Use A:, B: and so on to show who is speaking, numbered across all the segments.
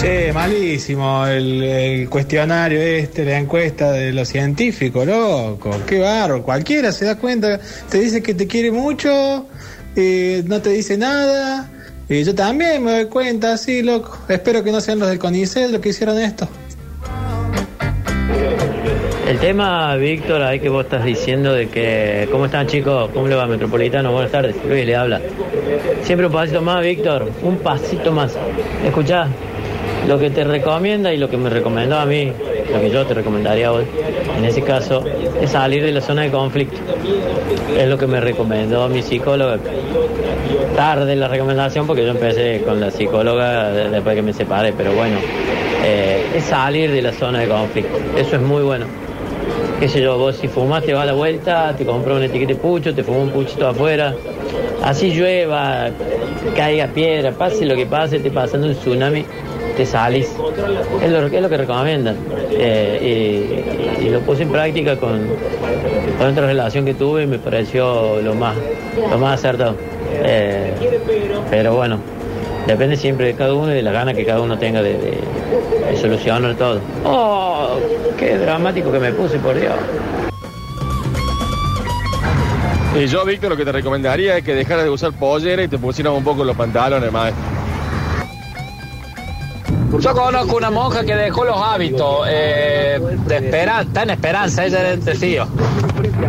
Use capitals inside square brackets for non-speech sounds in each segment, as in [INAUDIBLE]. A: che, malísimo el, el cuestionario este, la encuesta de los científicos, loco. Qué barro. Cualquiera se da cuenta. Te dice que te quiere mucho, eh, no te dice nada. Y yo también me doy cuenta, sí, loco. Espero que no sean los del CONICET los que hicieron esto.
B: El tema, Víctor, ahí que vos estás diciendo de que. ¿Cómo están, chicos? ¿Cómo le va, Metropolitano? Buenas tardes. Luis le habla. Siempre un pasito más, Víctor. Un pasito más. Escuchá, lo que te recomienda y lo que me recomendó a mí, lo que yo te recomendaría hoy, en ese caso, es salir de la zona de conflicto. Es lo que me recomendó mi psicóloga. Tarde la recomendación porque yo empecé con la psicóloga después que me separé, pero bueno. eh, es salir de la zona de conflicto. Eso es muy bueno qué sé yo, vos si fumás te vas a la vuelta, te compras un etiquete pucho, te fumas un puchito afuera. Así llueva, caiga piedra, pase lo que pase, te pasando un tsunami, te salís. Es lo, es lo que recomiendan. Eh, y, y lo puse en práctica con, con otra relación que tuve y me pareció lo más, lo más acertado. Eh, pero bueno, depende siempre de cada uno y de las ganas que cada uno tenga de, de- de solucionar todo. ¡Oh! ¡Qué dramático que me puse, por Dios!
C: Y yo, Víctor, lo que te recomendaría es que dejaras de usar pollera y te pusieras un poco los pantalones, maestro.
D: Yo conozco una monja que dejó los hábitos eh, de esperanza, está en esperanza, ella era de Tecillo.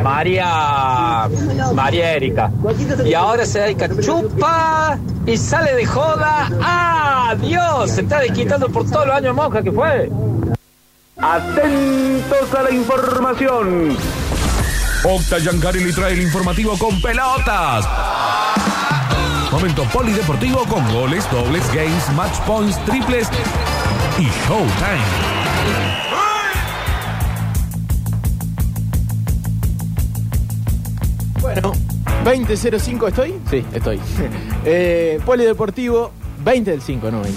D: María, María Erika. Y ahora se dedica chupa y sale de joda. ¡Adiós! Se está desquitando por todos los años monja que fue.
E: Atentos a la información.
F: Octa Giancarelli trae el informativo con pelotas. Momento polideportivo con goles, dobles, games, match points, triples y showtime.
G: Bueno, 20.05 estoy? Sí, estoy. [LAUGHS] eh, polideportivo, 20 del 5, no 20.05.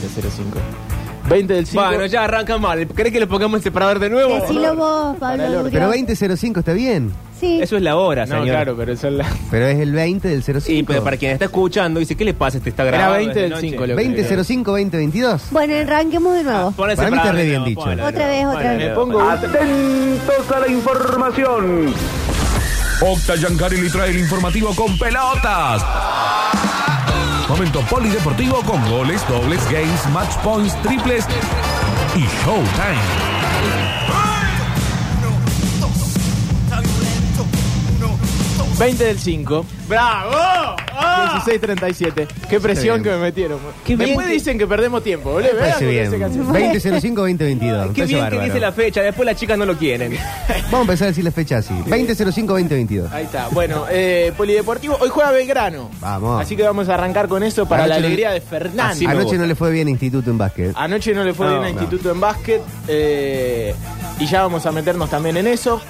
G: 20 del 5.
H: Bueno, ya arranca mal. ¿Crees que le pongamos el separador de nuevo?
I: Decilo vos,
G: Para el
I: Pablo
G: orto.
I: Durio.
J: Pero 20.05 está bien.
I: Sí.
H: Eso es la hora,
G: No,
H: señor.
G: claro, pero son las.
J: Pero es el 20 del 05.
H: Sí, pero para quien está escuchando, dice, ¿qué le pasa? Este está
G: Era
H: grabado.
G: 20
H: desde
G: del
H: noche.
G: 5, lo que-
J: 20.05, 2022.
I: Bueno, arranquemos de
G: Ah,
I: nuevo.
H: Pon el
J: Para
H: separador
J: mí está re
H: de
J: bien
H: nuevo,
J: dicho.
H: ponlo de
I: Otra
H: nuevo,
I: vez,
H: ponlo
I: otra
H: de
I: vez.
H: nuevo.
G: Pongo
E: Atentos a la información.
F: Octa Giancarelli trae el informativo con pelotas. Momento polideportivo con goles, dobles, games, match points, triples y showtime.
G: un 20 del 5.
H: ¡Bravo! ¡Ah!
G: 16.37. Qué presión
J: bien.
G: que me metieron.
H: Qué bien
G: Después
H: que-
G: dicen que perdemos tiempo, boludo.
J: Me
G: ¿verdad?
J: parece bien.
G: Porque se cansa.
J: 20.05, 2022.
H: Qué
J: me parece
H: bien que
J: bárbaro.
H: dice la fecha, después las chicas no lo quieren.
J: Vamos a empezar a decir la fecha así. 20.05,
G: [LAUGHS]
J: 2022.
G: Ahí está. Bueno, eh, Polideportivo, hoy juega Belgrano.
J: Vamos.
G: Así que vamos a arrancar con eso para
J: Anoche
G: la
J: no-
G: alegría de Fernando. Ah,
H: Así me
J: Anoche
H: gusta.
J: no le fue bien a Instituto en básquet.
G: Anoche no le fue
H: No,
G: bien a
H: no.
G: Instituto en Básquet eh, y ya vamos a meternos también en eso.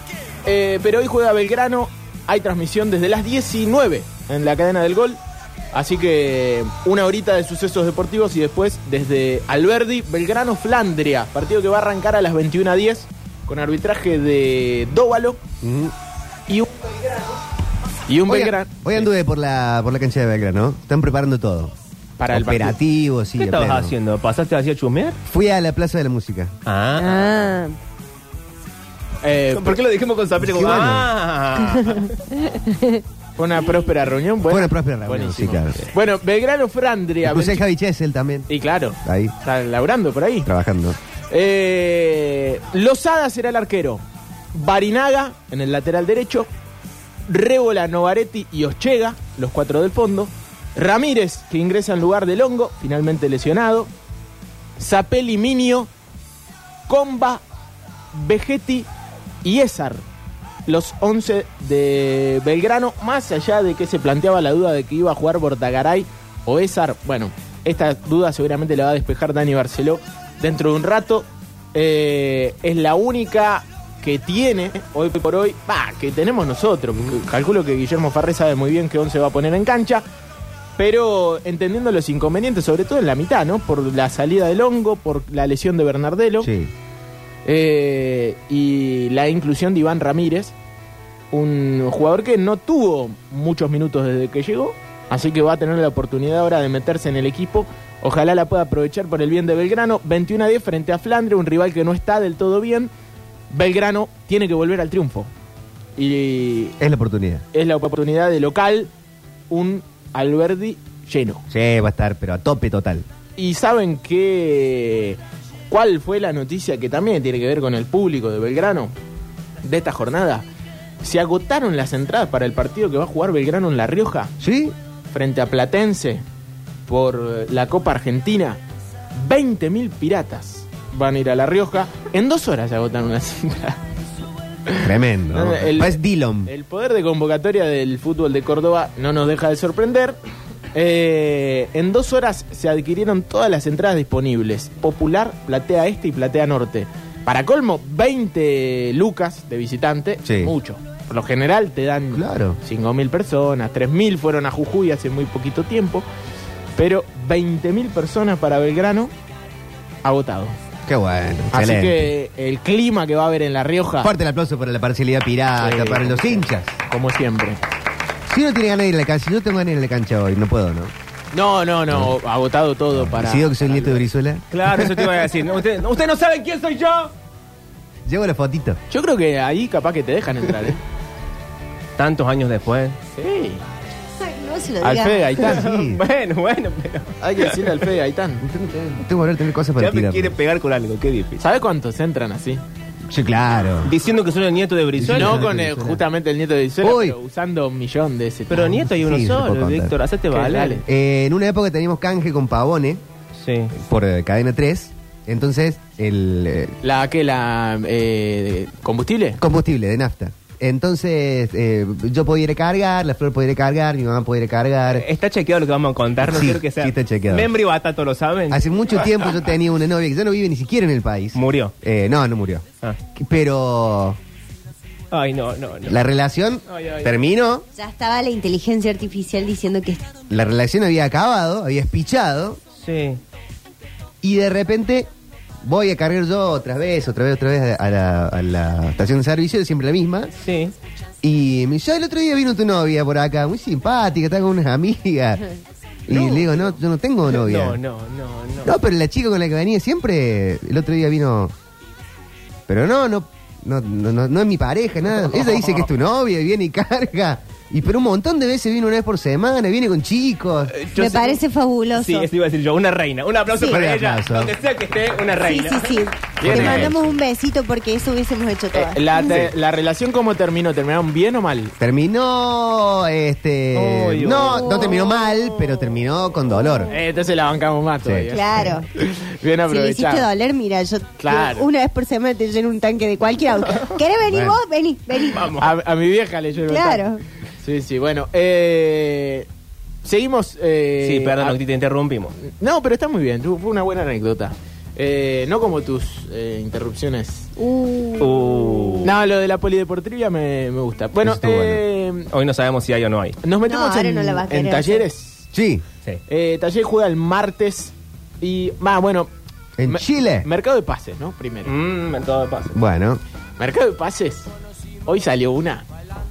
G: Eh, pero hoy juega Belgrano, hay transmisión desde las 19 en la cadena del gol. Así que una horita de sucesos deportivos y después desde Alberdi, Belgrano, Flandria. Partido que va a arrancar a las 21.10 con arbitraje de Dóvalo
J: Mm.
G: y un Y un
J: Hoy,
G: Belgrano.
J: hoy anduve por la, por la cancha de Belgrano. Están preparando todo.
G: Para el partido.
J: Operativos, sí.
H: ¿Qué
J: a
H: estabas
J: pleno.
H: haciendo? ¿Pasaste así a chumear?
J: Fui a la Plaza de la Música.
H: Ah.
I: Ah.
G: Eh,
H: ¿Por qué lo dijimos con Zapete?
J: Qué bueno.
H: Ah.
G: fue una próspera reunión.
J: Fue
G: Bueno,
J: una próspera reunión, sí,
G: buenísimo.
J: claro.
G: Bueno, Belgrano, Flandria.
J: Escuché a Javi Chesel también.
G: Y claro,
J: Ahí,
G: está laburando por ahí.
J: trabajando.
G: Eh, Lozada será el arquero. Barinaga en el lateral derecho. Rébola, Novaretti y Ochega, los cuatro del fondo. Ramírez, que ingresa en lugar de Longo, finalmente lesionado. Zapelli, Minio, Comba, Vegetti y Esar. Los 11 de Belgrano, más allá de que se planteaba la duda de que iba a jugar Bortagaray o Esar. Bueno, esta duda seguramente la va a despejar Dani Barceló dentro de un rato. Eh, es la única que tiene hoy por hoy, bah, que tenemos nosotros. porque Calculo que Guillermo Farré sabe muy bien qué 11 va a poner en cancha. Pero entendiendo los inconvenientes, sobre todo en la mitad, ¿no? Por la salida del hongo, por la lesión de Bernardelo.
J: Sí.
G: Eh, y la inclusión de Iván Ramírez, un jugador que no tuvo muchos minutos desde que llegó, Así que va a tener la oportunidad ahora de meterse en el equipo. Ojalá la pueda aprovechar por el bien de Belgrano. 21 a 10 frente a Flandre, un rival que no está del todo bien. Belgrano tiene que volver al triunfo. Y
J: Es la oportunidad.
G: es la oportunidad de local, un Alberdi lleno.
J: Sí, va a estar, pero a tope total.
G: Y saben qué. ¿Cuál fue la noticia que también tiene que ver con el público de Belgrano de esta jornada? Se agotaron las entradas para el partido que va a jugar Belgrano en La Rioja.
J: ¿Sí?
G: Frente a Platense por eh, la Copa Argentina. 20.000 piratas van a ir a La Rioja. En dos horas se agotaron las [LAUGHS] entradas.
J: Tremendo.
G: No, no, el-
J: es Dillon.
G: El poder de convocatoria del fútbol de Córdoba no nos deja de sorprender. Eh, en dos horas se adquirieron todas las entradas disponibles. Popular, Platea Este y Platea Norte. Para colmo, 20 lucas de visitante,
J: Sí.
G: mucho. Por lo general te dan
J: Claro.
G: 5.000 personas, 3.000 fueron a Jujuy hace muy poquito tiempo, pero 20.000 personas para Belgrano, agotado.
J: Qué bueno.
G: Así
J: Excelente.
G: que el clima que va a haber en La
H: Ah.
G: Rioja,
J: Fuerte el aplauso para la parcialidad pirata,
G: Sí.
J: para los hinchas.
G: como siempre.
J: Si uno tiene ganas de ir a la cancha, yo tengo ganas de ir a la cancha hoy, no puedo, ¿no?
G: No, no, no, agotado todo para.
J: Si digo que soy el nieto de Brizuela,
H: Claro, eso te iba a decir. ¿no? Usted, usted no sabe quién soy yo.
J: llevo la fotito.
G: Yo creo que ahí capaz que te dejan entrar, ¿eh?
H: Tantos años después.
G: Sí.
I: Ay, No se lo
G: Al
I: diga.
G: Fede Gaitán.
J: Sí.
H: Bueno, bueno, pero.
G: Hay que decirle al Fede Gaitán.
J: Tengo que volver a tener cosas para
H: Ya me
J: tirar.
H: quiere pegar con algo, qué difícil.
G: ¿Sabe cuántos entran así?
J: Sí, claro.
H: Diciendo que soy el nieto de Brizuela.
G: No
J: nieto
G: con
J: de
G: el-
J: Brizuela.
G: justamente el nieto de Brizuela,
J: Uy.
G: pero usando un millón de ese.
H: Pero nieto hay uno
J: Sí, se lo puedo
H: solo,
J: contar.
H: Víctor. Hacete
G: ¿Qué?
H: valer.
G: Dale.
J: Eh, en una época teníamos canje con Pavone
H: Sí.
J: por eh, cadena 3. Entonces, el eh,
G: ¿La que ¿La eh, combustible?
J: combustible de nafta. Entonces, eh, yo podía ir a cargar, la flor podía ir a cargar, mi mamá podía ir a cargar.
H: Está chequeado lo que vamos a contar, no
J: Sí,
H: quiero que sea.
J: sí está chequeado.
H: Membri y Batato lo saben.
J: Hace mucho tiempo yo tenía una novia que ya no vive ni siquiera en el país.
H: Murió.
J: Eh, no, no murió.
H: Ah.
J: Pero
H: Ay, no, no, no.
J: la relación
H: Ay, ay.
J: terminó,
I: Ya estaba la inteligencia artificial diciendo que
J: la relación había acabado, había espichado,
H: Sí.
J: y de repente voy a cargar yo otra vez, otra vez, otra vez a la, a la estación de servicio, siempre la misma.
H: Sí.
J: Y me dice, "Ay, el otro día vino tu novia por acá, muy simpática, está con unas amigas. Y le digo, no, yo no tengo novia.
H: [LAUGHS] No, no, no, no.
J: No, pero la chica con la que venía siempre, el otro día vino. Pero no, no, no, no, no, no es mi
G: [LAUGHS]
J: pareja, nada. Ella dice que es tu novia, y viene y carga. Y pero un montón de veces vino una vez por semana, viene con chicos.
H: Eh, yo
I: me
H: sé-
I: parece fabuloso.
H: Sí, eso iba a decir yo. Una reina. Un aplauso
I: Sí.
H: para
J: Un
H: ella.
J: aplauso.
H: Donde sea que esté, una
I: sí,
H: reina.
I: sí, sí.
H: Bien,
I: Te
H: bien.
I: mandamos un besito porque eso hubiésemos hecho
G: Eh,
I: todas.
G: la, te- ¿La relación cómo terminó? ¿Terminaron bien o mal?
J: Terminó, este,
H: Ay,
J: no,
H: ay.
J: no terminó mal, pero terminó con dolor.
G: Eh, entonces la bancamos más
J: Sí.
G: todavía. [LAUGHS]
I: claro.
G: Bien
I: Si le hiciste
G: aprovechado.
I: doler, mira, yo
G: Claro.
I: una vez por semana te lleno un tanque de cualquier auto. ¿Querés venir
J: Bueno.
I: vos? Vení, vení.
G: A, a mi vieja le llevo el
I: Claro.
G: tanque. Sí, sí, bueno. Eh, seguimos. eh,
H: Sí, perdón,
G: a-
H: Octi, te interrumpimos.
G: No, pero está muy bien. tu- Fue una buena anécdota. Eh, no como tus eh, interrupciones.
I: Uh,
H: Uh.
G: No, lo de la polideportiva me, me gusta. Bueno,
J: Eso estuvo
G: eh,
H: Hoy no sabemos si hay o no hay.
G: nos metemos
I: No, ahora
G: en,
I: no la vas a
G: en
I: querer
G: talleres.
J: Sí,
H: Sí.
G: Eh, taller juega el martes y... Va, bueno.
J: en
G: me-
J: Chile.
G: Mercado de pases, ¿no? Primero.
H: Mmm, en todo pasa.
J: Bueno,
G: Mercado de pases. Hoy salió una.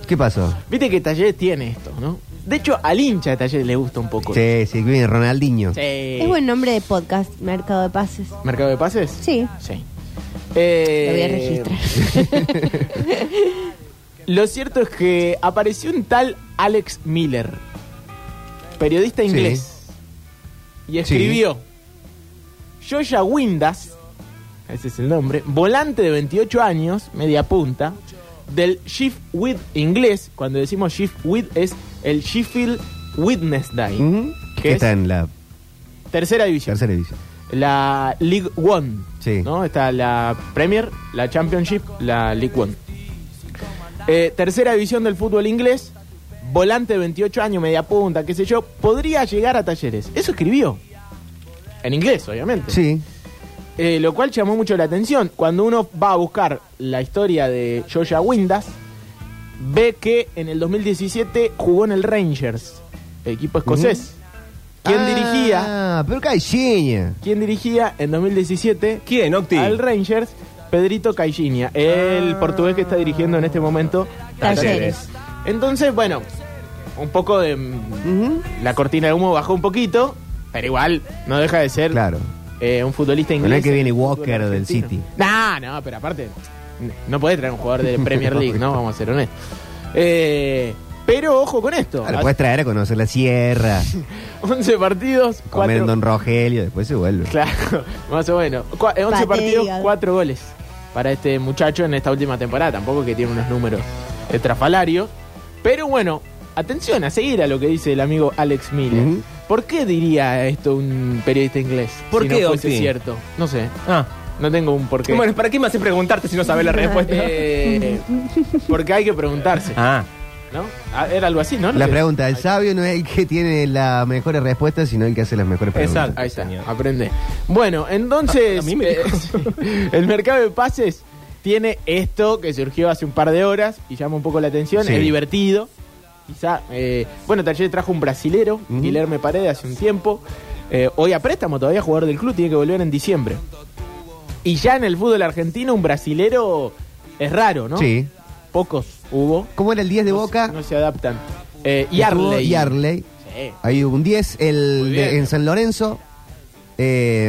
J: ¿qué pasó?
G: Viste que Talleres tiene esto, ¿no? De hecho, al hincha de Talleres le gusta un poco.
J: Sí, sí, viene Ronaldinho.
G: Sí.
I: es buen nombre de podcast, Mercado de Pases.
G: ¿Mercado de pases?
I: Sí.
G: Sí. Eh,
I: Lo voy a registrar.
G: Lo cierto es que apareció un tal Alex Miller, periodista inglés, y escribió: Joya Windas, ese es el nombre, volante de 28 años, media punta, del Shift With inglés. Cuando decimos Shift With es el Sheffield Wednesday,
J: Ujú.
G: ¿Qué
J: Que
G: es?
J: está en la
G: tercera división.
J: tercera división.
G: la League One.
J: Sí.
G: ¿no? Está la Premier, la Championship, la League One. Eh, tercera división del fútbol inglés, volante de 28 años, media punta, qué sé yo, podría llegar a talleres. Eso escribió. En inglés, obviamente.
J: Sí,
G: Eh, lo cual llamó mucho la atención. Cuando uno va a buscar la historia de Joya Windas, ve que en el 2017 jugó en el Rangers, equipo escocés. ¿Quién
J: Ah,
G: dirigía?
J: pero Caixinha.
G: ¿Quién dirigía en 2017
H: ¿Quién, Octi?
G: al Rangers? Pedrito Caixinha,
J: Ah.
G: el portugués que está dirigiendo en este momento
I: Talleres.
G: Entonces, bueno, un poco de. La cortina de humo bajó un poquito, pero igual no deja de ser
J: Claro.
G: eh, un futbolista
J: No
G: inglés.
J: es que viene
G: en el fútbol
J: Walker del
G: argentino.
J: City.
G: No, no, pero aparte, n- no puede traer un jugador de Premier League, ¿no? Vamos a ser honestos. Eh, pero ojo con esto:
J: Claro, puedes traer a conocer la
G: [LAUGHS]
J: sierra,
G: 11 partidos,
J: comer en
G: 4
J: Don Rogelio, después se vuelve.
G: Claro, [LAUGHS] más o menos. Cua- eh, 11
I: Patea,
G: partidos,
I: digamos.
G: 4 goles para este muchacho en esta última temporada. Tampoco que tiene unos números de trafalario. Pero bueno, atención a seguir a lo que dice el amigo Alex Miller.
J: Ujú.
G: ¿Por qué diría esto un periodista inglés?
H: ¿Por
G: si
H: qué,
G: no fuese
H: Octi?
G: cierto. No sé,
H: Ah.
G: no tengo un porqué.
H: Bueno, ¿para qué me hace preguntarte si no sabes la respuesta?
G: Eh, porque hay que preguntarse,
H: Ah.
G: ¿no? Ah, Era algo así, ¿no?
J: La pregunta, el sabio no es el que tiene las mejores respuestas, sino el que hace las mejores preguntas.
H: Exacto.
G: Ahí está,
H: Señor.
G: aprende. Bueno, entonces,
H: [LAUGHS] A- a mí me dijo.
G: eh, [LAUGHS] el mercado de pases tiene esto que surgió hace un par de horas y llama un poco la atención,
J: Sí.
G: es divertido. Quizá, eh, bueno, Talleres trajo un brasilero,
J: Ujú.
G: Guilherme Paredes, hace un tiempo. Eh, hoy a préstamo, todavía jugador del club, tiene que volver en diciembre. Y ya en el fútbol argentino, un brasilero es raro, ¿no?
J: Sí.
G: Pocos hubo.
J: ¿Cómo era el 10 de
G: No se-
J: Boca?
G: No se, adaptan. Eh,
J: Estuvo
G: Yarley.
J: Yarley.
G: Sí.
J: Ahí hubo un 10,
G: Muy
J: el de-
G: bien.
J: en San Lorenzo. Eh,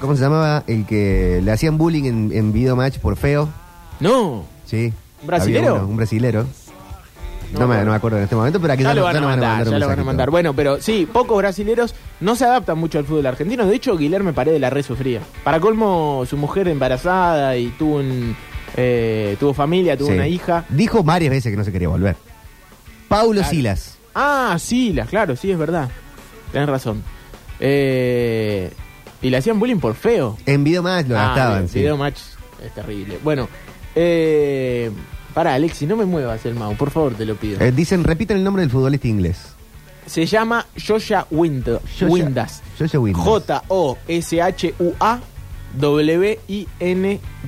J: ¿Cómo se llamaba? El que le hacían bullying en, en video match por feo.
G: No.
J: Sí.
G: ¿Un brasilero?
J: Había uno, un brasilero. No,
G: No,
J: me,
G: no.
J: no me acuerdo en este momento, pero aquí
G: Ya lo van a mandar, ya
J: un
G: lo van a
J: mensajito.
G: mandar. Bueno, pero sí, pocos brasileros no se adaptan mucho al fútbol argentino. De hecho, Guillermo Paredes la re sufría. Para colmo, su mujer embarazada y tuvo un, eh, tuvo familia, tuvo
J: Sí.
G: una hija.
J: Dijo varias veces que no se quería volver. Paulo
G: Claro.
J: Silas.
G: Ah, sí, la, claro, sí, es verdad. Tenés razón. Eh, y le hacían bullying por feo.
J: En video match lo
G: Ah,
J: gastaban,
G: el
J: sí.
G: Video match es terrible. Bueno, eh, para Alexi, no me muevas el mouse, por favor, te lo pido.
J: Eh, dicen, repiten el nombre del futbolista inglés.
G: Se llama Joya Wind-
J: Joshua-
G: Windas.
J: Joshua Windas.
G: J-O-S-H-U-A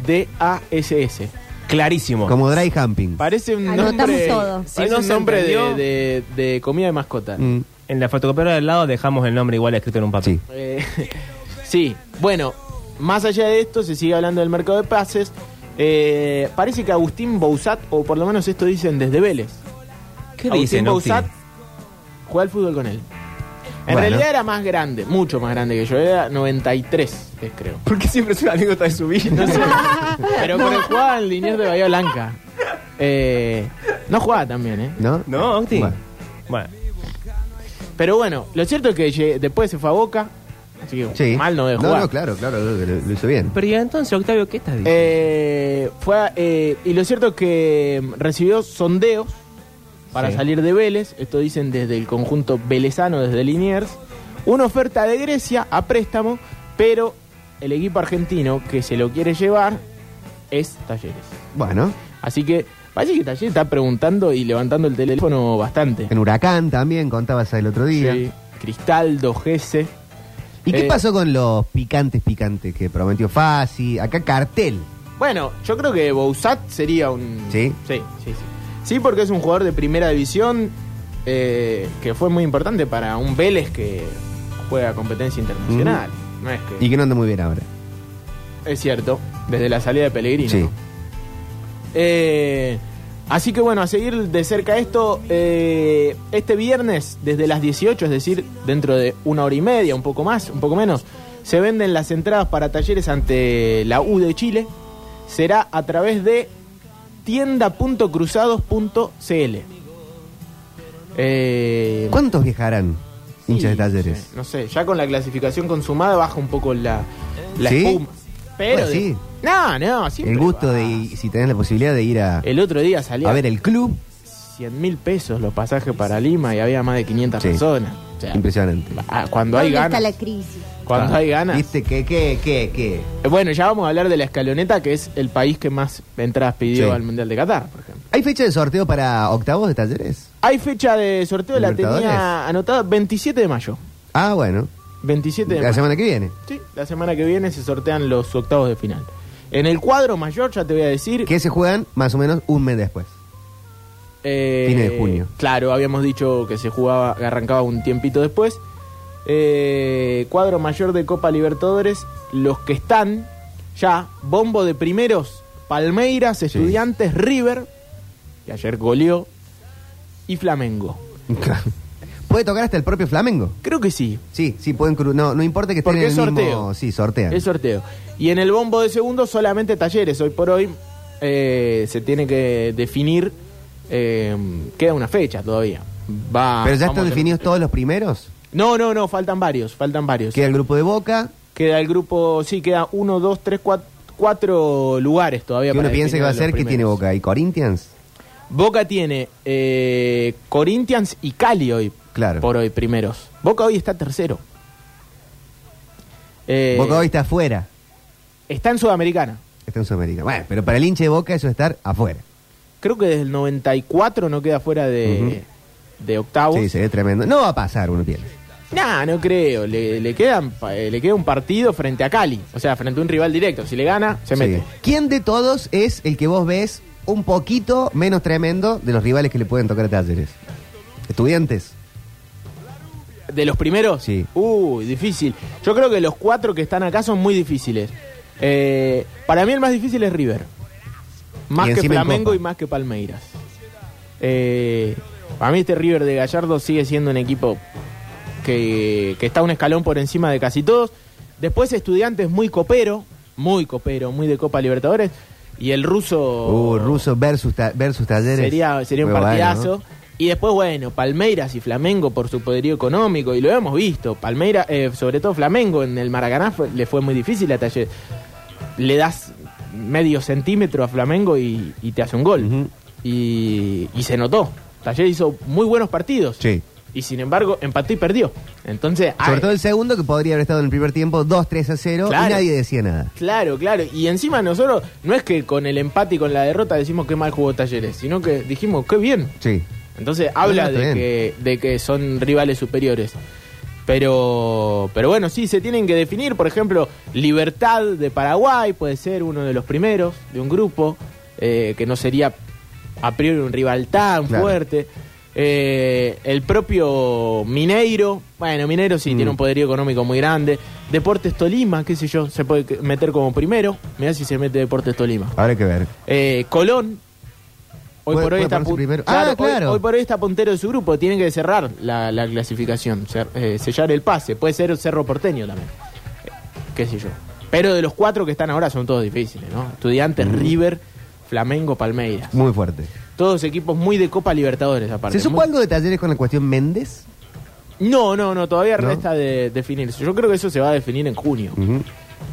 G: W-I-N-D-A-S-S.
H: Clarísimo.
J: Como Dry Humping.
G: Parece un
I: Anotamos
G: nombre,
I: todo.
G: parece
H: Si no
G: un
H: se
G: nombre de,
H: entendió-
G: de- de comida de mascota.
J: Mm,
H: En la fotocopiadora del lado dejamos el nombre igual escrito en un papel.
J: sí.
G: Eh, [LAUGHS] sí, bueno, más allá de esto, se sigue hablando del mercado de pases. Eh, parece que Agustín Bouzat, o por lo menos esto dicen desde Vélez,
H: ¿Qué
G: Agustín
H: dicen, Octi?
G: Bouzat juega al fútbol con él. En
J: Bueno.
G: realidad era más grande, mucho más grande que yo, era 93, es, creo.
H: ¿Por qué siempre es una anécdota de su vida? [LAUGHS]
G: No sé. Pero con el jugaba en Liniers de Bahía Blanca. Eh, no jugaba también, ¿eh?
J: ¿No?
H: No, Octi.
J: Bueno.
H: Bueno.
G: Pero bueno, lo cierto es que lle- después se fue a Boca. Así que
J: Sí.
G: mal no debe
J: No,
G: jugar.
J: no, claro, claro, lo, lo- lo hizo bien.
H: Pero ¿y entonces, Octavio, ¿qué estás diciendo?
G: Eh, fue a- eh, y lo cierto es que mm, recibió sondeos para
H: Sí.
G: salir de Vélez. Esto dicen desde el conjunto velezano, desde Liniers. Una oferta de Grecia a préstamo, pero el equipo argentino que se lo quiere llevar es Talleres.
J: Bueno,
G: Así que parece que Talleres está preguntando y levantando el teléfono bastante.
J: en Huracán también, contabas el otro día.
G: Sí. Cristaldo, Gese.
J: ¿Y qué
G: Eh,
J: pasó con los picantes picantes que prometió Fasi? Acá cartel.
G: Bueno, yo creo que Bouzat sería un...
J: ¿Sí?
G: Sí, sí, sí. Sí, porque es un jugador de primera división eh, que fue muy importante para un Vélez que juega competencia internacional. No es que...
J: Y que no anda muy bien ahora.
G: Es cierto, desde la salida de Pellegrini.
J: Sí.
G: Eh, así que bueno, a seguir de cerca esto, eh, este viernes desde las 18, es decir, dentro de una hora y media, un poco más, un poco menos, se venden las entradas para talleres ante la U de Chile. Será a través de tienda.cruzados.cl. Eh,
J: ¿Cuántos viajarán hinchas
G: sí,
J: de talleres?
G: No sé, no sé, ya con la clasificación consumada baja un poco la, la
J: ¿Sí?
G: espuma. Pero
J: Pues
G: de-
J: sí.
G: No, no, siempre
J: El gusto
G: va.
J: de, y si tenés la posibilidad de ir a,
G: El otro día salía
J: a ver el club,
G: 100 mil pesos los pasajes para Lima y había más de 500
J: Sí.
G: personas. O sea,
J: impresionante.
G: ah, cuando hay
I: ¿Dónde
G: ganas.
I: está la crisis?
G: Cuando
J: Ah,
G: hay ganas.
J: ¿Viste qué, qué, qué, qué?
G: Eh, Bueno, ya vamos a hablar de la escaloneta, que es el país que más entradas pidió
J: Sí.
G: al Mundial de Qatar, por ejemplo.
J: ¿Hay fecha de sorteo para octavos de talleres?
G: Hay fecha de sorteo, la
J: ¿Libertadores?
G: tenía anotada 27 de mayo.
J: Ah, bueno.
G: 27 de
J: La
G: mayo.
J: semana que viene.
G: Sí, la semana que viene se sortean los octavos de final. En el cuadro mayor, ya te voy a decir.
J: Que se juegan más o menos un mes después.
G: eh,
J: Fines de junio.
G: Claro, habíamos dicho que se jugaba, que arrancaba un tiempito después. Eh, cuadro mayor de Copa Libertadores, los que están ya, bombo de primeros, Palmeiras, Estudiantes, River, que ayer goleó, y Flamengo.
J: ¿Puede tocar hasta el propio Flamengo?
G: Creo que sí.
J: Sí, sí, pueden cru- No, no importa que estén
G: Porque
J: en
G: es
J: el mismo-
G: sorteo.
J: Sí, sortean.
G: Es sorteo. Y en el bombo de segundo solamente talleres. Hoy por hoy eh, se tiene que definir. eh, queda una fecha todavía. Va, Ah,
J: ¿Pero ya
G: vamos a
J: están
G: tener-
J: definidos todos los primeros?
G: No, no, no, faltan varios, faltan varios.
J: Queda el grupo de Boca,
G: Queda el grupo, sí, queda uno, dos, tres, cuat- cuatro lugares todavía.
J: que uno
G: para
J: piensa que
G: definir
J: va a
G: los
J: ser que tiene
G: primeros.
J: Boca y Corinthians.
G: Boca tiene eh, Corinthians y Cali hoy,
J: Claro.
G: por hoy, primeros. Boca hoy está tercero. Eh,
J: Boca hoy está afuera.
G: Está en Sudamericana.
J: Está en Sudamérica. Bueno, pero para el hinche de Boca eso es estar afuera.
G: Creo que desde el 94 no queda fuera de, de octavos.
J: Sí, sería tremendo. No va a pasar, uno piensa.
G: Nah, no creo. Le, le quedan, pa- eh, le queda un partido frente a Cali. O sea, frente a un rival directo. Si le gana, se
J: Sí.
G: mete.
J: ¿Quién de todos es el que vos ves un poquito menos tremendo de los rivales que le pueden tocar a Talleres? ¿Estudiantes?
G: ¿De los primeros?
J: Sí.
G: Uy, difícil. Yo creo que los cuatro que están acá son muy difíciles. Eh, para mí el más difícil es River. Más
J: Y
G: que
J: encima en
G: Flamengo
J: Copa.
G: y más que Palmeiras. Eh, para mí este River de Gallardo sigue siendo un equipo que, que está un escalón por encima de casi todos. Después estudiantes muy copero, muy copero, muy de Copa Libertadores. Y el ruso...
J: Uh, ruso versus, ta- versus Talleres.
G: Oh. Sería, sería un
J: Muy bueno,
G: partidazo.
J: ¿no?
G: Y después, bueno, Palmeiras y Flamengo por su poderío económico, y lo hemos visto. Palmeiras, eh, sobre todo Flamengo en el Maracaná, fue- le fue muy difícil a Talleres. Le das medio centímetro a Flamengo y, y te hace un gol. y, y se notó. Talleres hizo muy buenos partidos.
J: Sí.
G: Y sin embargo, empató y perdió. Entonces,
J: Sobre
G: ay,
J: todo el segundo que podría haber estado en el primer tiempo 2-3
G: Ah,
J: a 0 y
G: eh. Claro.
J: nadie decía nada.
G: Claro, claro. Y encima nosotros, no es que con el empate y con la derrota decimos qué mal jugó Talleres, sino que dijimos qué bien.
J: Sí.
G: Entonces habla
J: está
G: de
J: bien.
G: que, de que son rivales superiores. Pero, pero bueno, sí, se tienen que definir. Por ejemplo, Libertad de Paraguay puede ser uno de los primeros de un grupo eh, que no sería a priori un rival tan
J: Claro.
G: fuerte. Eh, el propio Mineiro, bueno, Mineiro
J: Mm.
G: sí tiene un poderío económico muy grande. Deportes Tolima, qué sé yo, se puede meter como primero. Mirá si se mete Deportes Tolima.
J: Habrá que ver.
G: Eh, Colón. Hoy
J: Puede-
G: por hoy,
J: puede
G: está
J: ponerse
G: pun-
J: primero.
G: Claro,
J: Ah, claro.
G: Hoy, hoy por hoy está puntero de su grupo. Tienen que cerrar la, la clasificación, cer- eh, sellar el pase. Puede ser Cerro Porteño también. Eh, qué sé yo. Pero de los cuatro que están ahora son todos difíciles, ¿no? Estudiantes,
J: Mm.
G: River, Flamengo, Palmeiras.
J: Muy fuerte.
G: Todos equipos muy de Copa Libertadores aparte.
J: ¿Se supo
G: Muy-
J: algo de Talleres con la cuestión Méndez?
G: No, no, no. Todavía
J: ¿No? Mm.
G: resta de definirse. Yo creo que eso se va a definir en junio.
J: Ujú.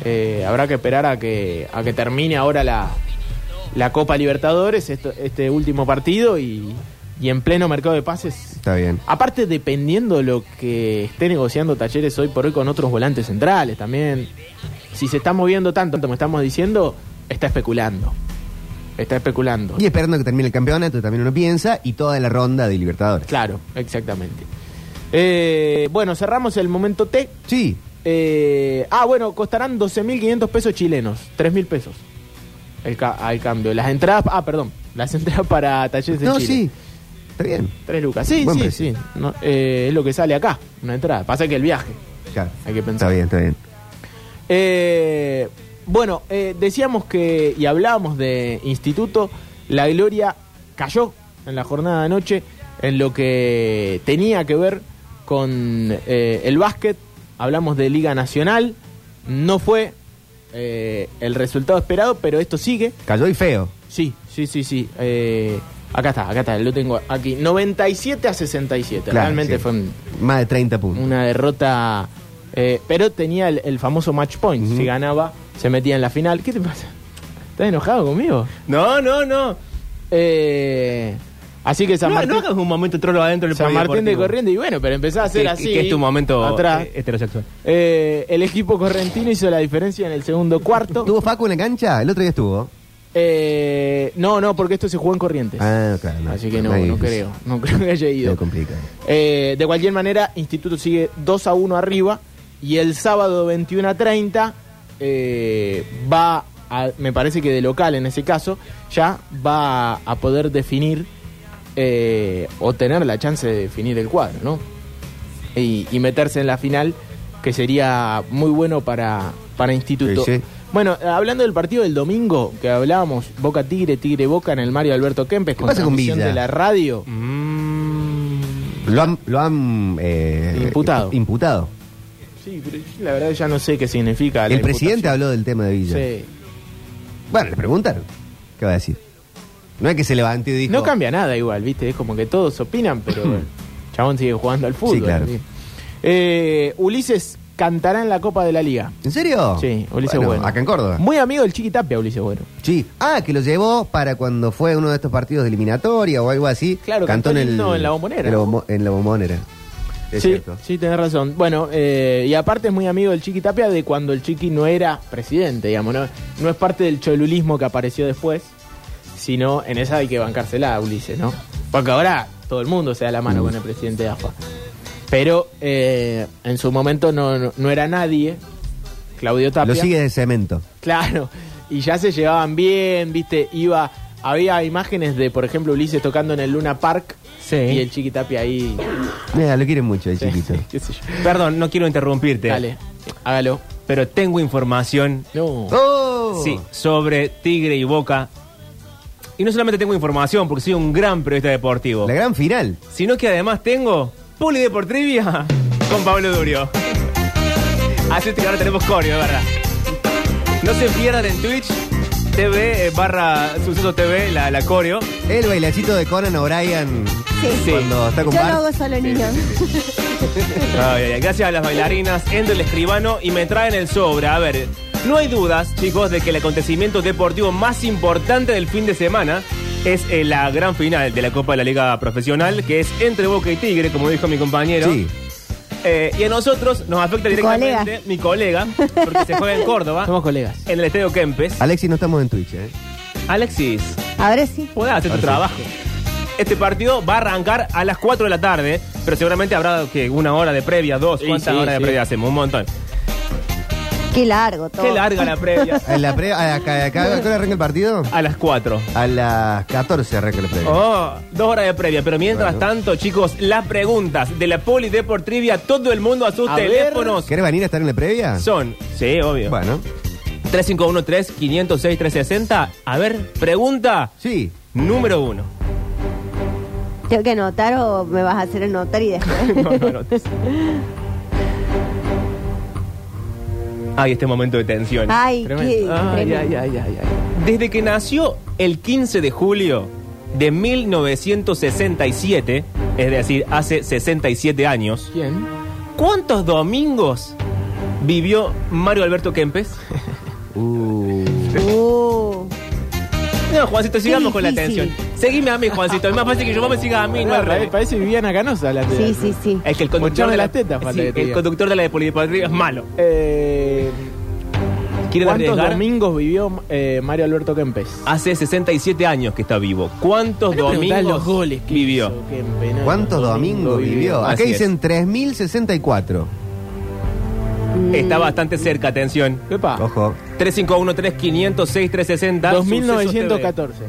G: Eh, habrá que esperar a que, a que termine ahora la, la Copa Libertadores, esto- este último partido y, y en pleno mercado de pases.
J: Está bien.
G: Aparte, dependiendo lo que esté negociando Talleres hoy por hoy con otros volantes centrales también, si se está moviendo tanto como estamos diciendo, está especulando. Está especulando.
J: Y esperando que termine el campeonato, también uno piensa, y toda la ronda de Libertadores.
G: Claro, exactamente. Eh, bueno, cerramos el momento T.
J: Sí,
G: Eh, ah, bueno, costarán 12.500 pesos chilenos, 3.000 pesos el ca- al cambio. Las entradas, ah, perdón, las [LAUGHS] entradas para talleres de
J: No,
G: Chile.
J: sí. Está bien.
G: 3 lucas, sí,
J: Buen
G: sí,
J: precio.
G: sí. No, eh, es lo que sale acá, una entrada. Pasa que el viaje,
J: Claro.
G: hay que
J: Está
G: pensar.
J: bien, está bien.
G: Eh, bueno, eh, decíamos que, y hablábamos de instituto, la gloria cayó en la jornada de anoche en lo que tenía que ver con eh, el básquet. Hablamos de Liga Nacional, no fue eh, el resultado esperado, pero esto sigue.
J: Cayó y feo.
G: Sí, sí, sí, sí. eh, acá está, acá está, lo tengo aquí. 97 a 67,
J: Claro,
G: realmente
J: sí.
G: fue un,
J: Más de 30 puntos.
G: una derrota. eh, pero tenía el, el famoso match point. Si ganaba, se metía en la final. ¿Qué te pasa? ¿Estás enojado conmigo?
H: No, no, no.
G: Eh, así que San
H: no,
G: Martín,
H: no hagas un momento trolo adentro del
G: San Martín de
H: polideportivo.
G: Corriente, y bueno, pero empezó a hacer
H: Que-
G: así.
H: Que es tu momento
G: Atrás.
H: eh, heterosexual.
G: Eh, el equipo correntino hizo la diferencia en el segundo cuarto.
J: ¿Tuvo Facu en la cancha? El otro día estuvo.
G: Eh, no, no, porque esto se jugó en Corrientes.
J: Ah, claro. no.
G: así que no,
J: Ahí
G: no
J: es-
G: creo. No creo que haya ido.
J: Es complicado.
G: Eh, de cualquier manera, Instituto sigue 2 a 1 arriba. Y el sábado 21 a 30 eh, va, a- me parece que de local en ese caso, ya va a poder definir eh, o tener la chance de definir el cuadro, ¿no? Y, y meterse en la final, que sería muy bueno para, para Instituto.
J: Sí, sí.
G: Bueno, eh, hablando del partido del domingo, que hablábamos, Boca Tigre, Tigre Boca en el Mario Alberto Kempes,
J: pasa con
G: transmisión
J: Villa?
G: de la radio.
J: Lo han, lo han eh,
B: Imputado.
J: imputado.
B: Sí, pero yo la verdad ya no sé qué significa. la
J: El presidente habló del tema de Villa.
B: imputación. Sí.
J: Bueno, le preguntaron. ¿Qué va a decir? No es que se levante y dijo.
B: No cambia nada igual, ¿viste? Es como que todos opinan, pero el chabón sigue jugando al fútbol.
J: Sí, claro.
B: ¿sí? Eh, Ulises cantará en la Copa de la Liga.
J: ¿En serio?
B: Sí, Ulises Bueno.
J: Oh, Bueno, Acá en Córdoba.
B: Muy amigo del Chiquitapia, Ulises Bueno.
J: Sí. Ah, que lo llevó para cuando fue uno de estos partidos de eliminatoria o algo así.
B: Claro, cantó el himno en la Bombonera.
J: En la, bombo- en la bombonera. Es
B: sí,
J: cierto.
B: sí, tenés razón. Bueno, eh, y aparte es muy amigo del Chiqui Tapia de cuando el Chiqui no era presidente, digamos, ¿no? No es parte del cholulismo que apareció después, sino en esa hay que bancársela, Ulises, ¿no? Porque ahora todo el mundo se da la mano
J: Mm.
B: con el presidente de AFA. Pero eh, en su momento no, no, no era nadie, Claudio Tapia.
J: Lo sigue de cemento.
B: [LAUGHS] Claro, y ya se llevaban bien, viste, iba, había imágenes de, por ejemplo, Ulises tocando en el Luna Park
G: Sí.
B: y el Chiqui Tapia ahí,
J: Mira, lo quieren mucho el
G: [LAUGHS]
J: chiquito.
B: qué sé yo.
G: Perdón, no quiero interrumpirte.
B: Dale, hágalo.
G: Pero tengo información
B: No.
J: ¡Oh!
G: sí, sobre Tigre y Boca. Y no solamente tengo información, porque soy un gran periodista deportivo,
J: La gran final.
G: sino que además tengo Polideportrivia con Pablo Durio. Así es que ahora tenemos coreo, de ¿verdad? No se pierdan en Twitch, TV eh, barra Suceso TV, la, la coreo.
J: El bailacito de Conan O'Brien
I: Sí.
J: cuando está
I: Yo
J: con
I: lo
J: Bart.
I: hago solo, niño.
G: Ay, ay, ay. Gracias a las bailarinas, entro el escribano y me traen el sobre. A ver, no hay dudas, chicos, de que el acontecimiento deportivo más importante del fin de semana es eh, la gran final de la Copa de la Liga Profesional, que es entre Boca y Tigre, como dijo mi compañero.
J: Sí.
G: Eh, y a nosotros nos afecta
I: Mi
G: directamente mi colega, porque se juega en Córdoba,
B: Somos colegas.
G: en el Estadio Kempes.
J: Alexis, no estamos en Twitch, ¿eh?
G: Alexis,
I: [LAUGHS] Ahora sí.
G: podés hacer tu trabajo. Este partido va a arrancar a las 4 de la tarde, pero seguramente habrá que una hora de previa, dos,
B: Sí,
G: ¿cuántas
B: sí,
G: horas de
B: sí.
G: previa hacemos? Un montón.
I: Qué largo todo.
G: Qué larga la previa.
J: En la pre a, acá- acá- ¿a qué hora arranca el partido?
G: A las 4.
J: A las 14 arranca el previo.
G: Oh, dos horas de previa, pero mientras tanto, chicos, las preguntas de la Poli Deport Trivia, todo el mundo a sus
B: A ver.
G: teléfonos
J: ¿Querés venir a estar en la previa?
G: son, sí, obvio,
J: Bueno,
G: 3513-506-360. A ver, pregunta
J: sí.
G: número
B: [LAUGHS]
G: uno. [LAUGHS]
I: ¿Tengo que anotar o me vas a hacer anotar y después?
G: No, no, no. Ay, este momento de tensión.
I: Ay, qué.
G: Tremendo. Ah, Ay,
I: tremendo.
G: ay, ay, ay, ay. Desde que nació el 15 de julio de 1967, es decir, hace 67 años,
B: ¿Quién?
G: ¿Cuántos domingos vivió Mario Alberto Kempes?
J: Uh,
I: Uh,
G: No, Juancito, sigamos
I: Qué
G: con la
I: difícil.
G: atención. Seguime a mí, Juancito. Es más fácil que yo vos me sigas a mí, no al
B: Parece-
G: revés.
B: Parece Viviana Canosa la tía.
I: sí, sí, sí.
G: Es que el
B: Mochame
G: conductor de la
B: las tetas, falta
G: sí,
B: que te
G: el
B: diga.
G: conductor de la de Polidepatria es malo.
B: Eh,
G: ¿Quieren
B: ¿Cuántos
G: arriesgar?
B: domingos vivió eh, Mario Alberto Kempes?
G: Hace 67 años que está vivo. ¿Cuántos domingos vivió?
J: ¿Cuántos domingos vivió?
G: Ah, Así
J: Acá
G: es.
J: dicen 3064.
G: Está bastante cerca, atención.
B: Pepa,
J: Ojo.
G: 351-3506-360.
B: 2914.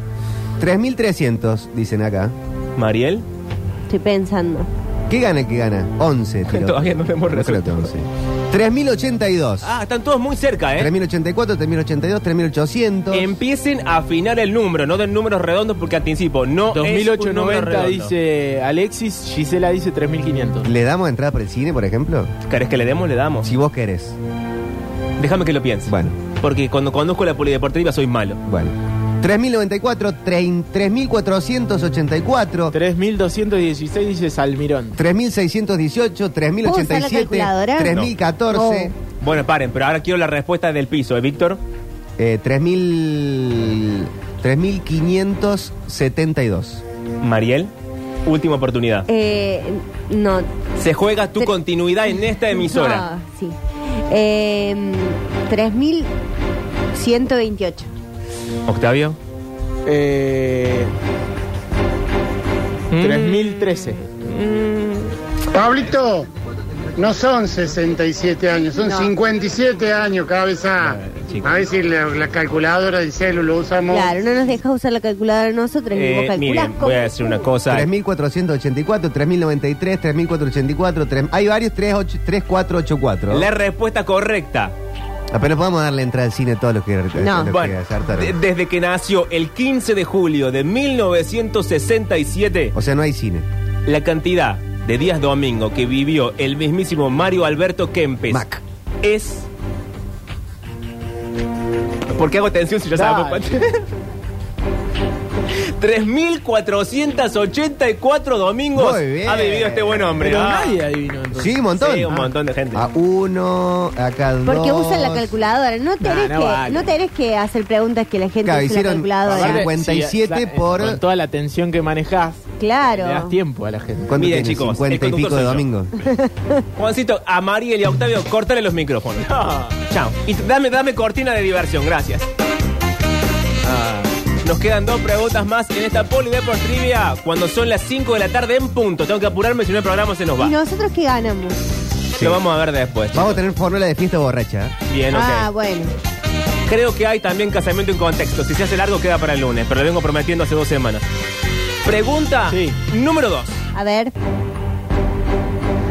J: 3300, dicen acá.
G: Mariel.
I: Estoy pensando.
J: ¿Qué gana el que gana? 11. tiró.
G: [LAUGHS] Todavía no lo hemos
J: creo que
G: resuelto.
J: 11. 3082.
G: Ah, están todos muy cerca, ¿eh?
J: 3084, 3082, 3800.
G: Empiecen a afinar el número, no den números redondos porque anticipo, no es un número
B: 2890
G: redondo.
B: dice Alexis, Gisela dice 3500.
J: ¿Le damos entrada para el cine, por ejemplo?
G: ¿Querés que le demos? Le damos.
J: Si vos querés.
G: Déjame que lo piense.
J: Bueno.
G: Porque cuando conduzco la polideportiva soy malo.
J: Bueno. 3094, trein- 3484,
B: 3216 dice Salmirón.
J: 3618,
I: ¿Puedo usar la
J: 3087,
I: calculadora?
J: 3014,
G: Bueno, paren, pero ahora quiero la respuesta del piso, ¿eh, Víctor?
J: eh, 3000, 3572.
G: Mariel, última oportunidad.
I: Eh, no.
G: Se juega tu
I: Tre-
G: continuidad en esta emisora.
I: Ah, sí. Eh, 3128.
G: Octavio.
B: Eh,
G: Mm.
B: 3013.
G: Eh,
K: Pablito, no son 67 años, son
I: No.
K: 57 años, cabeza.
G: chico.
K: A ver si la, la calculadora del celu lo usamos.
I: Claro, no nos dejas usar la calculadora nosotros y vos
G: Eh,
I: calculás.
G: miren,
I: ¿cómo?
G: voy a decir una cosa.
J: 3484, 3093, 3484, tres- hay varios 38 3484.
G: La respuesta correcta.
J: Apenas podemos darle entrada al cine a todos los que, los que
G: Bueno,
J: acertaron.
G: de- desde que nació el 15 de julio de 1967,
J: O sea, no hay cine.
G: la cantidad de Díaz Domingo que vivió el mismísimo Mario Alberto Kempes es. ¿Por qué hago tensión si ya sabemos cuánto? [LAUGHS] 3.484 domingos
J: Muy bien.
G: ha vivido este buen hombre.
J: Pero
G: Ah.
J: nadie
D: adivino, entonces.
J: Sí, un montón.
G: Sí, un montón de gente.
J: A uno, acá dos.
I: Porque usan la calculadora. No tenés,
J: no
I: que,
J: vale.
I: no tenés que hacer preguntas que la gente
J: Claro,
I: use la
J: hicieron
I: calculadora.
J: cincuenta- 57
D: Sí, la-
J: por-
D: Con toda la atención que manejás, le das
I: Claro.
D: tiempo a la gente.
J: ¿Cuánto tiene? 50 y pico de domingo.
G: Juancito, a Mariel y a Octavio, córtale los micrófonos. Chao. Y dame, dame cortina de diversión, gracias. Ah, Nos quedan dos preguntas más en esta Polydeport Trivia cuando son las 5 de la tarde en punto. Tengo que apurarme si no el programa se nos va.
I: ¿Y nosotros qué ganamos?
G: Lo vamos a ver después.
J: Vamos a tener fórmula de fiesta borracha. ¿eh?
G: Bien, ok.
I: Ah, bueno.
G: Creo que hay también casamiento en contexto. Si se hace largo, queda para el lunes, pero lo vengo prometiendo hace dos semanas. Pregunta número 2.
I: A ver.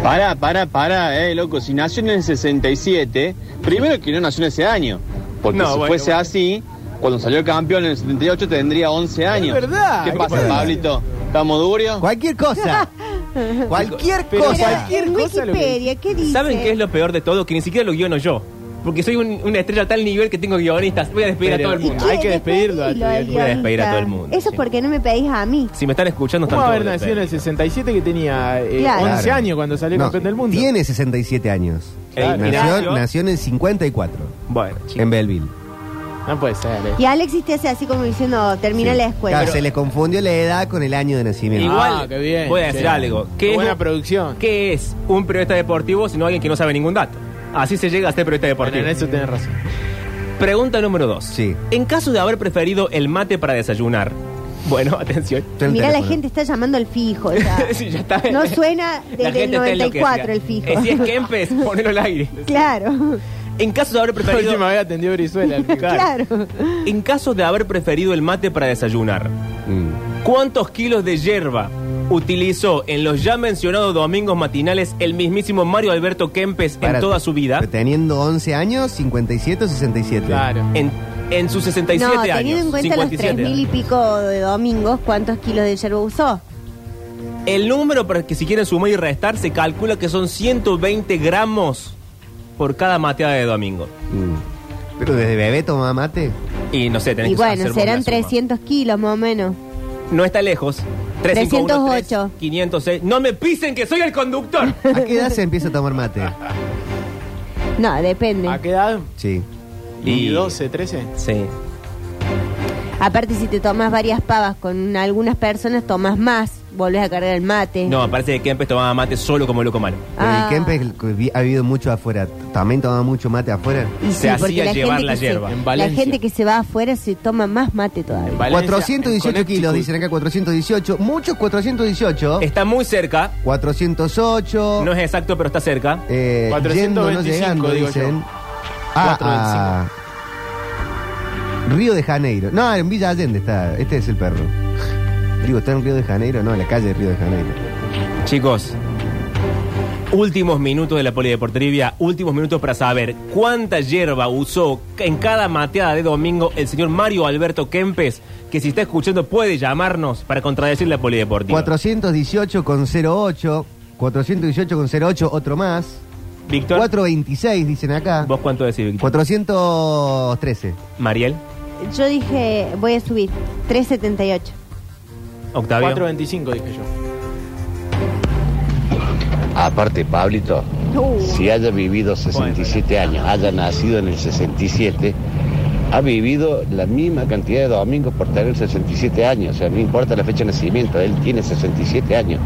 L: Pará, pará, pará, eh, loco. Si nació en el 67, primero que no nació en ese año. Porque
G: No,
L: si
G: bueno,
L: fuese así, cuando salió campeón en el 78 tendría 11 años.
D: verdad.
L: ¿Qué
D: ¿Qué
L: pasa,
D: pasa?
L: Pablito? ¿Estamos durios?
I: [LAUGHS]
J: Cualquier cosa.
G: Cualquier
I: Pero
G: cosa.
I: en
G: Cualquier cosa lo que-
I: Wikipedia, ¿qué dice?
G: ¿Saben qué es lo peor de todo? Que ni siquiera lo guiono yo. Porque soy un- una estrella a tal nivel que tengo guionistas. Voy a despedir
D: Pero,
G: a todo el
D: ¿y
G: mundo.
D: quién Hay que es despedirlo
I: Y lo del
G: Voy a despedir a
I: guionista.
G: todo el mundo.
I: Eso es porque no me pedís a mí.
G: Si me están escuchando, están
D: ¿Cómo haber
G: todos
D: nacido en el 67 que tenía eh,
I: Claro.
D: 11
J: Claro.
D: años cuando salió
J: No,
D: campeón del mundo?
J: Tiene 67 años.
D: Claro.
J: Nació,
D: Ignacio.
J: nació en el 54.
G: Bueno,
J: En Belleville.
D: No puede ser. eh.
I: Y Alex hiciste así, así como diciendo, termina la escuela.
J: Claro, se le confundió la edad con el año de nacimiento.
G: Igual,
D: Ah, qué bien,
G: voy a decir
D: sí.
G: algo. ¿Qué
D: buena
G: es, producción. ¿Qué es un periodista deportivo sino alguien que no sabe ningún dato? Así se llega a ser periodista deportivo.
D: Bueno, en eso tenés razón.
G: Pregunta número dos. En caso de haber preferido el mate para desayunar. Bueno, [LAUGHS] atención.
I: Mirá, la gente está llamando al fijo. ya.
G: [LAUGHS] Sí, ya está.
I: Ah, No suena desde el
G: gente está enloquecida.
I: 94 el fijo.
G: Eh, si es
I: [LAUGHS]
G: Kempes, ponelo al aire.
I: Claro,
G: En caso de
D: [LAUGHS] La
G: haber preferido.
D: última vez atendió
G: [LAUGHS]
D: Brizuela. al final.
I: claro.
G: En caso de haber preferido el mate para desayunar,
J: Mm,
G: ¿cuántos kilos de hierba utilizó en los ya mencionados domingos matinales el mismísimo Mario Alberto Kempes en
J: Parate.
G: toda su vida?
J: Pero Teniendo 11 años, 57 o 67.
D: Claro.
G: En, en sus 67
I: No,
G: años.
I: teniendo en cuenta los
G: 57
I: 3.000 y
G: años.
I: pico de domingos, ¿cuántos kilos de yerba usó?
G: El número para que si quieren sumar y restar se calcula que son 120 gramos por cada mateada de domingo.
J: Pero desde bebé tomaba mate.
G: Y no sé, tenés
I: Y
G: que hacer
I: bueno,
G: vos la
I: serán
G: suma.
I: 300 kilos más o menos.
G: No está lejos. 351,
I: 308.
G: 3, 506. No me pisen que soy el conductor.
J: ¿A qué edad se empieza a tomar mate?
I: No, depende.
D: ¿A qué edad?
J: Sí.
D: [LAUGHS] ¿Y 12, 13?
G: Sí.
I: Aparte, si te tomas varias pavas con algunas personas, tomas más. Volvés a cargar el mate.
G: No, parece que Kempes tomaba mate solo como loco malo.
J: Pero
I: Ah.
J: el Kempes que vi- ha vivido mucho afuera. ¿También tomaba mucho mate afuera?
I: Y sí,
G: Se
I: porque
G: hacía
I: la
G: llevar
I: gente
G: la
I: que se-
G: hierba.
D: En
I: La
D: Valencia.
I: gente que se va afuera se toma más mate todavía.
D: Valencia,
J: 418
D: en
J: kilos,
D: Connecticut.
J: dicen acá 418. Muchos 418.
G: Está muy cerca.
J: 408.
G: No es exacto, pero está cerca.
J: eh,
D: 425,
J: yendo, no llegando,
D: digo yo.
J: dicen. Ah, ah, Río de Janeiro. No, en Villa Allende está. Este es el perro. Digo, ¿está en Río de Janeiro? No, en la calle de Río de Janeiro.
G: Chicos, últimos minutos de la polideportrivia, últimos minutos para saber cuánta hierba usó en cada mateada de domingo el señor Mario Alberto Kempes, que si está escuchando puede llamarnos para contradecir la polideportiva.
J: 418 con 08. 418 con 08, otro más.
G: Víctor,
J: 426, dicen acá.
G: ¿vos cuánto decís, Víctor?
J: 413.
G: Mariel,
I: Yo dije, voy a subir. 378.
G: Octavio.
D: 425, dije yo.
K: Aparte, Pablito,
I: Uh.
K: si haya vivido 67 años, haya nacido en el 67, ha vivido la misma cantidad de domingos por tener 67 años. O sea, no importa la fecha de nacimiento, él tiene 67 años.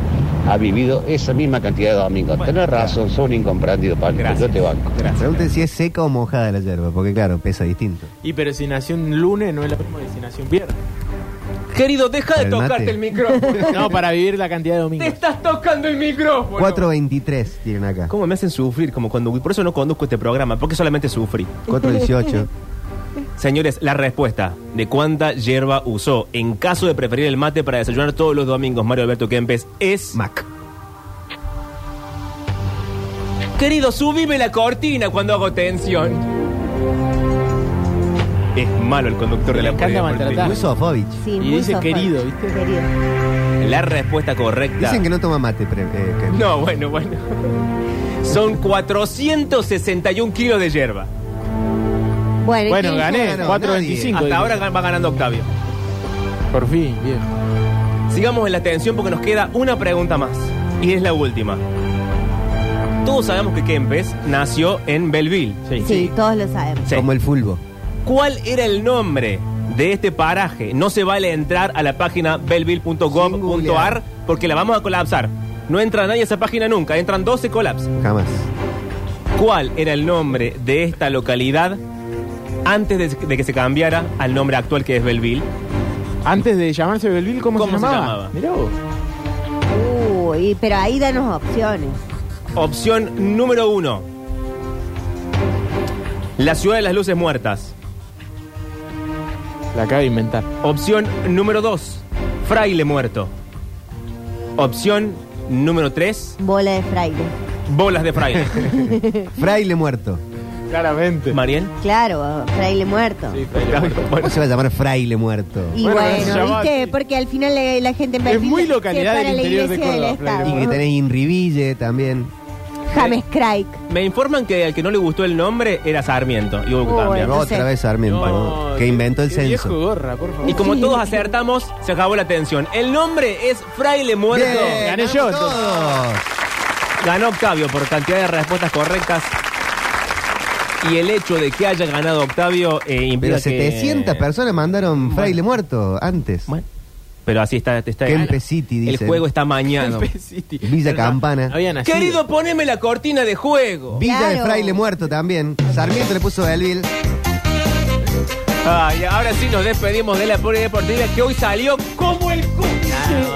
K: Ha vivido esa misma cantidad de domingos. Tenés razón, soy un incomprendido, Pablito. Yo te banco.
J: Pregunten si es seca o mojada la yerba, porque claro, pesa distinto.
D: Y pero si nació un lunes no es lo mismo que si nació un viernes.
G: Querido, deja de
J: El mate.
G: tocarte el micrófono.
D: [LAUGHS] No, para vivir la cantidad de
G: Te
D: domingos.
G: estás tocando el micrófono.
J: 423 tienen acá.
G: ¿Cómo me hacen sufrir? Como cuando, por eso no conduzco este programa, porque solamente sufrí.
J: 418.
G: Señores, la respuesta de cuánta hierba usó en caso de preferir el mate para desayunar todos los domingos Mario Alberto Kempes es...
J: Mac.
G: Querido, subime la cortina cuando hago tensión.
H: es malo el conductor de la
G: encanta
H: polea,
G: maltratar.
H: porque-
J: Muy sofóbic.
I: Sí,
H: Y
I: muy
H: dice
I: sofóbico.
H: querido,
G: ¿viste?
I: Querido.
H: La respuesta correcta.
J: Dicen que no toma mate. pre- eh, que-
H: No, bueno, bueno. Son 461 kilos de hierba.
I: Bueno, ¿y
G: Bueno,
I: quién
G: gané,
I: ganó?
G: 4.25.
H: Hasta
G: dice.
H: ahora gan- va ganando Octavio.
G: Por fin, bien.
H: Sigamos en la atención porque nos queda una pregunta más. Y es la última. Todos sabemos que Kempes nació en Belleville.
I: Sí, todos lo sabemos.
H: Sí.
J: Como el fulbo.
H: ¿Cuál era el nombre de este paraje? No se vale entrar a la página belleville.gov.ar porque la vamos a colapsar. No entra nadie a esa página nunca, entran 12 colapsos.
J: Jamás.
H: ¿Cuál era el nombre de esta localidad antes de, de que se cambiara al nombre actual que es Belleville?
G: Antes de llamarse Belville, ¿cómo,
H: ¿Cómo
G: se
H: se
G: llamaba?
H: llamaba?
G: Mirá vos.
I: Uy, pero ahí danos opciones.
H: Opción número uno. La ciudad de las luces muertas.
G: La acabo de inventar.
H: Opción número dos. Fraile muerto. Opción número tres.
I: Bola de fraile.
H: Bolas de
G: [LAUGHS]
H: fraile.
J: Fraile muerto.
G: Claramente.
H: Mariel.
I: Claro, fraile muerto.
J: ¿Cómo se va a llamar fraile muerto?
I: Y
G: Bueno,
I: bueno,
G: se llamaba-
I: ¿viste? Porque al final la, la gente en
G: Es
I: Brasil
G: muy
I: se
G: localidad
I: separa
G: del
I: la
G: interior de
I: iglesia del
G: Córdoba,
I: Estado.
J: Y que tenés Inriville también.
I: James Craig.
H: Me informan que al que no le gustó el nombre era Sarmiento. Y hubo que
I: Oh,
H: cambiar.
I: No
J: Otra
I: sé.
J: vez Sarmiento.
G: No,
J: que inventó el
G: qué
J: censo.
G: Viejo gorra, por favor.
H: Y como todos acertamos, se acabó la tensión. El nombre es Fraile Muerto.
J: Bien,
G: Gané yo,
J: vamos
G: entonces.
J: todos.
H: Ganó Octavio por cantidad de respuestas correctas. Y el hecho de que haya ganado Octavio eh, implica
J: Pero
H: que-
J: 700 personas mandaron fraile muerto antes.
H: Bueno, pero así está. está
J: Kempe City,
H: El
J: dicen.
H: juego está mañana.
G: City.
J: Villa
G: ¿Verdad?
J: Campana.
G: Había nacido.
H: Querido, poneme la cortina de juego.
J: Villa de
I: Claro.
J: fraile muerto también. Sarmiento le puso Belville.
H: Ay, ahora sí nos despedimos de la Poli Deportiva que hoy salió como el culo.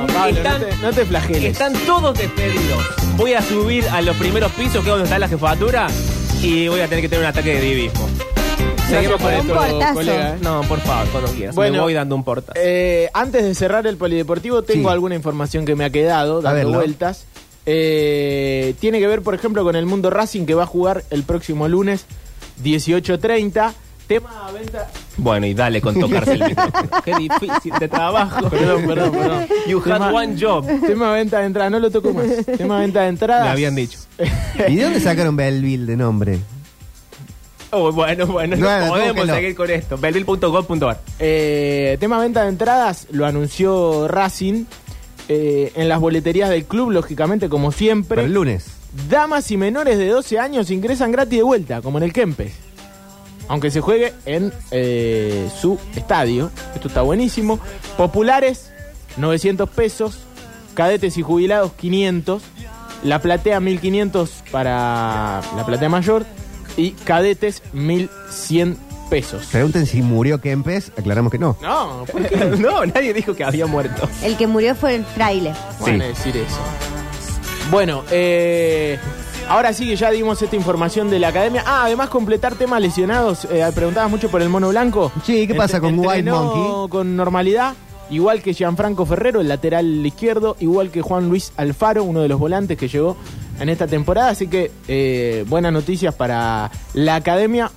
G: No, Pablo,
H: Están-
G: no, te, no te flageles.
H: Están todos despedidos. Voy a subir a los primeros pisos, que es donde está la jefatura, y voy a tener que tener un ataque de divismo. Seguimos con
I: Un
H: esto.
I: portazo.
G: colega, ¿eh?
H: No, por favor, cuando quieras.
G: Bueno,
H: Me voy dando un portazo.
G: Eh, antes de cerrar el polideportivo, tengo
J: Sí.
G: alguna información que me ha quedado dando
J: verla.
G: vueltas. Eh, tiene que ver, por ejemplo, con el Mundo Racing que va a jugar el próximo lunes 18.30. Tema a venta.
H: Bueno, y dale con tocarse el
G: [LAUGHS]
H: micrófono. Qué difícil de trabajo.
G: Perdón, perdón, [LAUGHS] perdón.
H: You had
G: Tema-
H: one job.
G: Tema a venta de entrada, no lo toco más. Tema a venta de entrada.
H: Me habían dicho.
J: [LAUGHS] ¿Y de dónde sacaron Belville de nombre?
H: Oh, bueno, bueno, no,
J: Bueno,
H: podemos
J: búsquenlo.
H: seguir con esto. Belville.gov.ar
G: Eh, tema venta de entradas lo anunció Racing eh, en las boleterías del club, lógicamente, como
J: Para
G: siempre.
J: el lunes.
G: Damas y menores de 12 años ingresan gratis de vuelta, como en el Kempes. Aunque se juegue en eh, su estadio. Esto está buenísimo. Populares, 900 pesos. Cadetes y jubilados, 500. La platea, 1500 para la platea mayor. Y cadetes, 1100 pesos.
J: Pregunten si murió Kempes. Aclaramos que no.
G: [LAUGHS] No, ¿por qué?
H: no, nadie dijo que había muerto.
I: El que murió fue el fraile.
G: Van a decir eso. Bueno, eh, ahora sí que ya dimos esta información de la academia. Ah, además completar temas lesionados. Eh, preguntabas mucho por el mono blanco.
J: Sí, ¿qué pasa con White
G: Entrenó
J: Monkey?
G: Con normalidad. Igual que Gianfranco Ferrero, el lateral izquierdo. Igual que Juan Luis Alfaro, uno de los volantes que llegó en esta temporada. Así que eh, buenas noticias para la academia.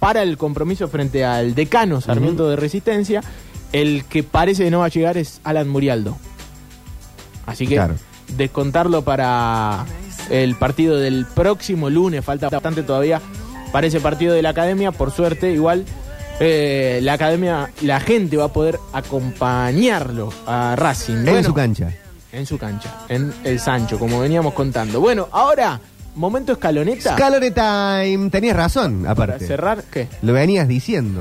G: Para el compromiso frente al decano Sarmiento de Resistencia. El que parece que no va a llegar es Alan Murialdo. Así que
J: Claro.
G: descontarlo para el partido del próximo lunes. Falta bastante todavía para ese partido de la academia. Por suerte, igual eh, la academia, la gente va a poder acompañarlo a Racing.
J: En
G: Bueno,
J: su cancha.
G: En su cancha, en el Sancho, como veníamos contando. Bueno, ahora, momento escaloneta.
J: Calore time. Tenías razón,
G: para
J: aparte.
G: cerrar, ¿qué?
J: Lo venías diciendo.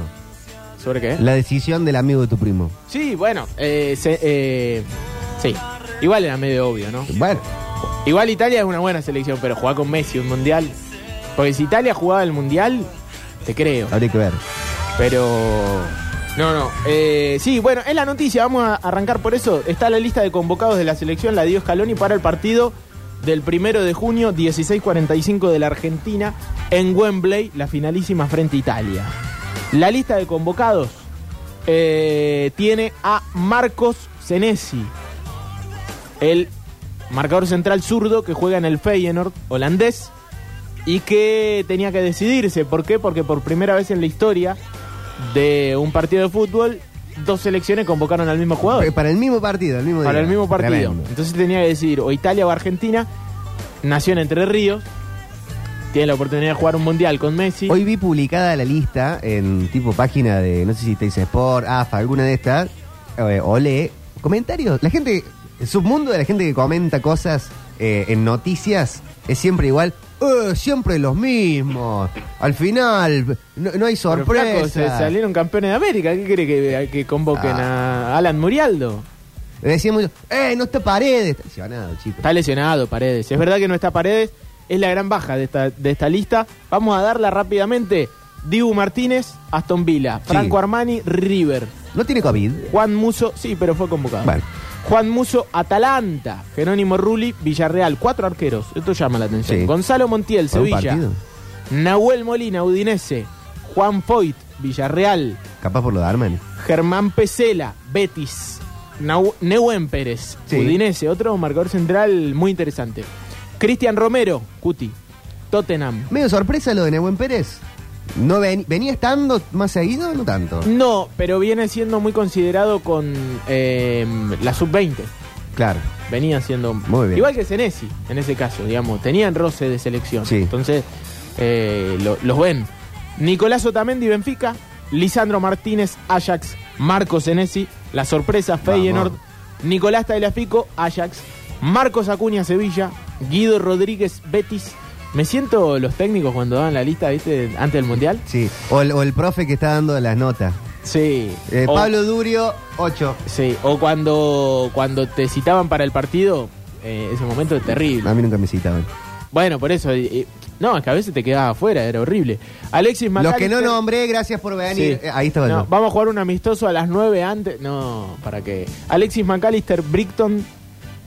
G: ¿Sobre qué?
J: La decisión del amigo de tu primo.
G: Sí, bueno, eh, se- eh, sí. Igual era medio obvio, ¿no?
J: Bueno,
G: Igual Italia es una buena selección, pero jugar con Messi un mundial. Porque si Italia jugaba el mundial, te creo.
J: habría que ver.
G: Pero. No, no. Eh, sí, bueno, es la noticia. Vamos a arrancar por eso. Está la lista de convocados de la selección, la dio Scaloni para el partido del primero de junio, 16.45 de la Argentina, en Wembley, la finalísima frente a Italia. La lista de convocados eh, tiene a Marcos Senesi, el marcador central zurdo que juega en el Feyenoord holandés y que tenía que decidirse. ¿Por qué? Porque por primera vez en la historia de un partido de fútbol, dos selecciones convocaron al mismo jugador.
J: Para el mismo partido, el mismo
G: Para
J: día.
G: el mismo partido.
J: Tremendo.
G: Entonces tenía que decir o Italia o Argentina, nació en Entre Ríos, tiene la oportunidad de jugar un mundial con Messi.
J: Hoy vi publicada la lista en tipo página de, no sé si te dice Sport, AFA, alguna de estas. Eh, ole, comentarios. La gente, el submundo de la gente que comenta cosas eh, en noticias es siempre igual. Eh, siempre los mismos. Al final, no, no hay
G: Pero, flaco,
J: sorpresa.
G: se salieron campeones de América. ¿Qué cree que, que convoquen
J: Ah.
G: a Alan Murialdo?
J: Le decían mucho, ¡eh, no está Paredes! Está lesionado, chico.
G: Está lesionado Paredes. Es verdad que no está Paredes. Es la gran baja de esta, de esta lista. Vamos a darla rápidamente. Dibu Martínez, Aston Villa. Franco Armani, River.
J: ¿No tiene COVID?
G: Juan Muso, sí, pero fue convocado.
J: Bueno.
G: Juan Muso, Atalanta. Jerónimo Rulli, Villarreal. Cuatro arqueros. Esto llama la atención.
J: Sí.
G: Gonzalo Montiel,
J: Fue un
G: Sevilla.
J: partido.
G: Nahuel Molina, Udinese. Juan Foyt, Villarreal.
J: Capaz por lo de Armani.
G: Germán Pesela, Betis. Nau- Nehuen Pérez,
J: Sí.
G: Udinese, otro marcador central muy interesante. Cristian Romero, Cuti, Tottenham.
J: Medio sorpresa lo de Nehuen Pérez. ¿No ven- ¿Venía estando más seguido? No tanto.
G: No, pero viene siendo muy considerado con eh, la sub-20.
J: Claro.
G: Venía siendo
J: Muy bien.
G: igual que Senesi, en ese caso, digamos. Tenían roce de selección.
J: Sí.
G: Entonces, eh, lo- los ven. Nicolás Otamendi, Benfica. Lisandro Martínez, Ajax. Marco Senesi, la sorpresa, Feyenoord. Nicolás Tagliafico, Ajax. Marcos Acuña, Sevilla. Guido Rodríguez, Betis. Me siento los técnicos cuando daban la lista, ¿viste? Antes del Mundial.
J: Sí. O el, o el profe que está dando las notas.
G: Sí.
J: Eh,
G: O-
J: Pablo Durio, 8.
G: Sí, o cuando, cuando te citaban para el partido, eh, ese momento es terrible.
J: A mí nunca me citaban.
G: Bueno, por eso. eh, eh, no, es que a veces te quedaba afuera, era horrible. Alexis
J: Los
G: McAllister.
J: que no nombré, gracias por venir.
G: Sí.
J: Eh, ahí estaba
G: No,
J: yo.
G: Vamos a jugar un amistoso a las 9 antes. No, ¿para qué? Alexis McAllister, Brickton,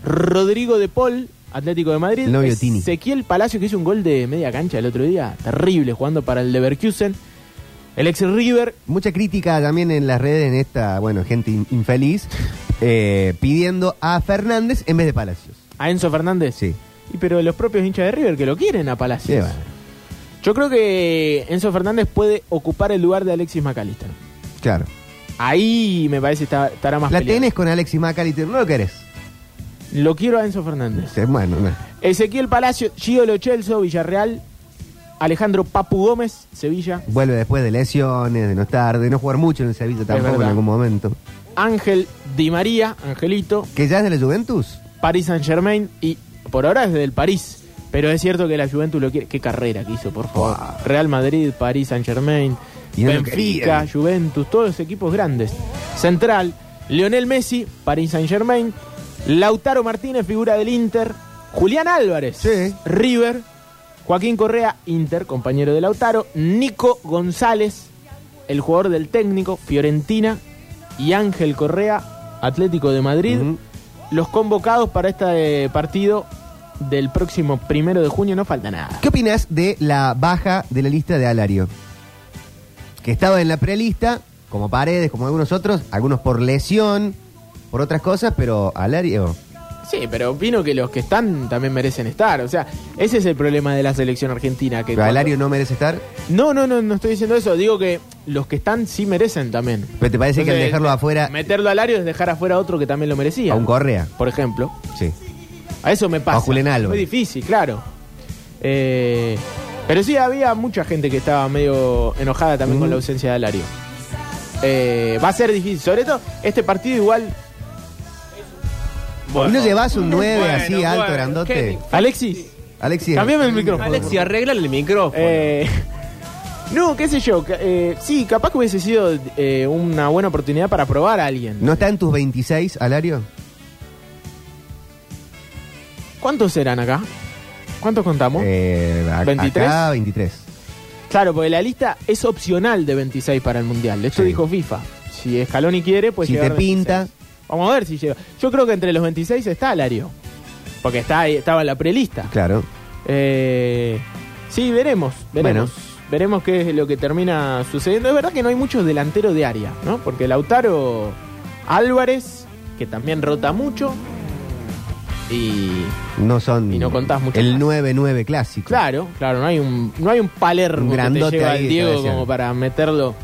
G: Rodrigo de Paul, Atlético de Madrid.
J: El novio de Tini.
G: Ezequiel Palacio, que hizo un gol de media cancha el otro día. Terrible, jugando para el Leverkusen. El ex River,
J: Mucha crítica también en las redes, en esta, bueno, gente in-
G: [LAUGHS]
J: infeliz, eh, pidiendo a Fernández en vez de Palacios.
G: a Enzo Fernández.
J: Sí.
G: Y pero los propios hinchas de River que lo quieren a Palacios.
J: Lleva.
G: Yo creo que Enzo Fernández puede ocupar el lugar de Alexis McAllister.
J: Claro.
G: Ahí me parece está- estará más
J: La
G: peleado.
J: tenés con Alexis Macaliter, no lo querés.
G: Lo quiero a Enzo Fernández.
J: Sí, Bueno, no.
G: Ezequiel Palacio, Gio Lochelso, Villarreal. Alejandro Papu Gómez, Sevilla.
J: vuelve después de lesiones, de no estar, de no jugar mucho en el Sevilla tampoco en
G: verdad.
J: algún momento.
G: Ángel Di María, Angelito.
J: Que ya es de la Juventus.
G: Paris Saint Germain y por ahora es del París. Pero es cierto que la Juventus lo quiere. Qué carrera que hizo, por favor. Real Madrid, París Saint Germain,
J: Y no lo
G: Benfica,
J: querían.
G: Juventus, todos los equipos grandes. Central, Lionel Messi, París Saint Germain, Lautaro Martínez, figura del Inter, Julián Álvarez, River, Joaquín Correa, Inter, compañero de Lautaro, Nico González, el jugador del técnico, Fiorentina, y Ángel Correa, Atlético de Madrid.
J: Mm.
G: Los convocados para este eh, partido del próximo primero de junio no falta nada.
J: ¿Qué opinas de la baja de la lista de Alario? Que estaba en la prelista, como Paredes, como algunos otros, algunos por lesión, por otras cosas, pero Alario.
G: Sí, pero opino que los que están también merecen estar. O sea, ese es el problema de la selección argentina. Que
J: Pero Alario no merece estar.
G: No, no, no, no estoy diciendo eso. Digo que los que están sí merecen también.
J: Pero te parece que al
G: Entonces,
J: dejarlo afuera
G: Meterlo a Alario es dejar afuera a otro que también lo merecía.
J: a un Correa.
G: Por ejemplo.
J: Sí.
G: A eso me pasa.
J: A Julián Álvarez.
G: Muy difícil, claro. Eh, pero sí había mucha gente que estaba medio enojada también con la ausencia de Alario. Eh, va a ser difícil. Sobre todo, este partido igual.
J: ¿Y no llevas un 9 así
H: bueno,
J: alto,
H: bueno,
J: grandote?
H: qué-
G: Alexis,
J: Alexis.
G: cambiame el micrófono.
H: Alexi, arreglale el micrófono.
G: Eh, [LAUGHS] no, qué sé yo. ca- eh, sí, capaz que hubiese sido eh, una buena oportunidad para probar a alguien.
J: ¿No está en tus 26, Alario?
G: ¿Cuántos serán acá? ¿Cuántos contamos?
J: Eh, a-
G: 23.
J: Acá, 23.
G: Claro, porque la lista es opcional de 26 para el Mundial. Esto dijo FIFA. Si Scaloni quiere, pues
J: Si te pinta.
G: Vamos a ver si llega. Yo creo que entre los 26 está Alario. Porque está ahí, estaba en la prelista.
J: Claro.
G: Eh, sí, veremos. Veremos. Veremos qué es lo que termina sucediendo. Es verdad que no hay muchos delanteros de área, ¿no? Porque Lautaro Álvarez, que también rota mucho. Y
J: No son.
G: Y no contás mucho
J: El
G: más.
J: 9-9 clásico.
G: Claro, claro, no hay un, no hay un palermo
J: Un
G: que te
J: grandote
G: lleva
J: ahí,
G: el Diego
J: Sebastián.
G: como para meterlo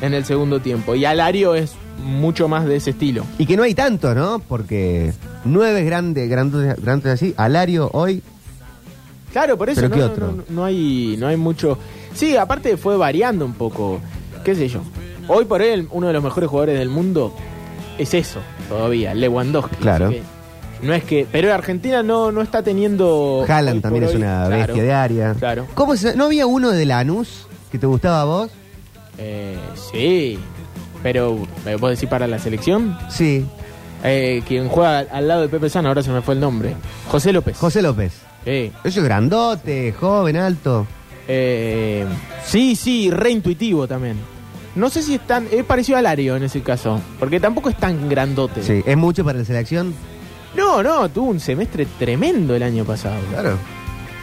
G: en el segundo tiempo. Y Alario es mucho más de ese estilo.
J: Y que no hay tanto, ¿no? Porque nueve grandes, grandes, grandes así. Alario hoy.
G: Claro, por eso
J: ¿Pero
G: no,
J: qué
G: no-
J: otro?
G: no- no hay, no hay mucho. Sí, aparte fue variando un poco. ¿Qué sé yo? Hoy por hoy, el- uno de los mejores jugadores del mundo es eso todavía, Lewandowski.
J: Claro.
G: Así que no es que. Pero Argentina no, no está teniendo. Oh, hoy
J: Haaland
G: por
J: también es
G: hoy-
J: una
G: claro,
J: bestia de área.
G: Claro.
J: ¿Cómo se- ¿No había uno de Lanús que te gustaba a vos?
G: Eh, sí. Pero, ¿me puedo decir para la selección? eh,
J: Sí.
G: quien juega al, al lado de Pepe San, ahora se me fue el nombre. José López.
J: José López.
G: Sí.
J: Eso es grandote, joven, alto.
G: Eh, sí, sí, reintuitivo también. No sé si es tan. Es parecido a Lario en ese caso. Porque tampoco es tan grandote.
J: Sí, ¿es mucho para la selección?
G: No, no, tuvo un semestre tremendo el año pasado.
J: Claro.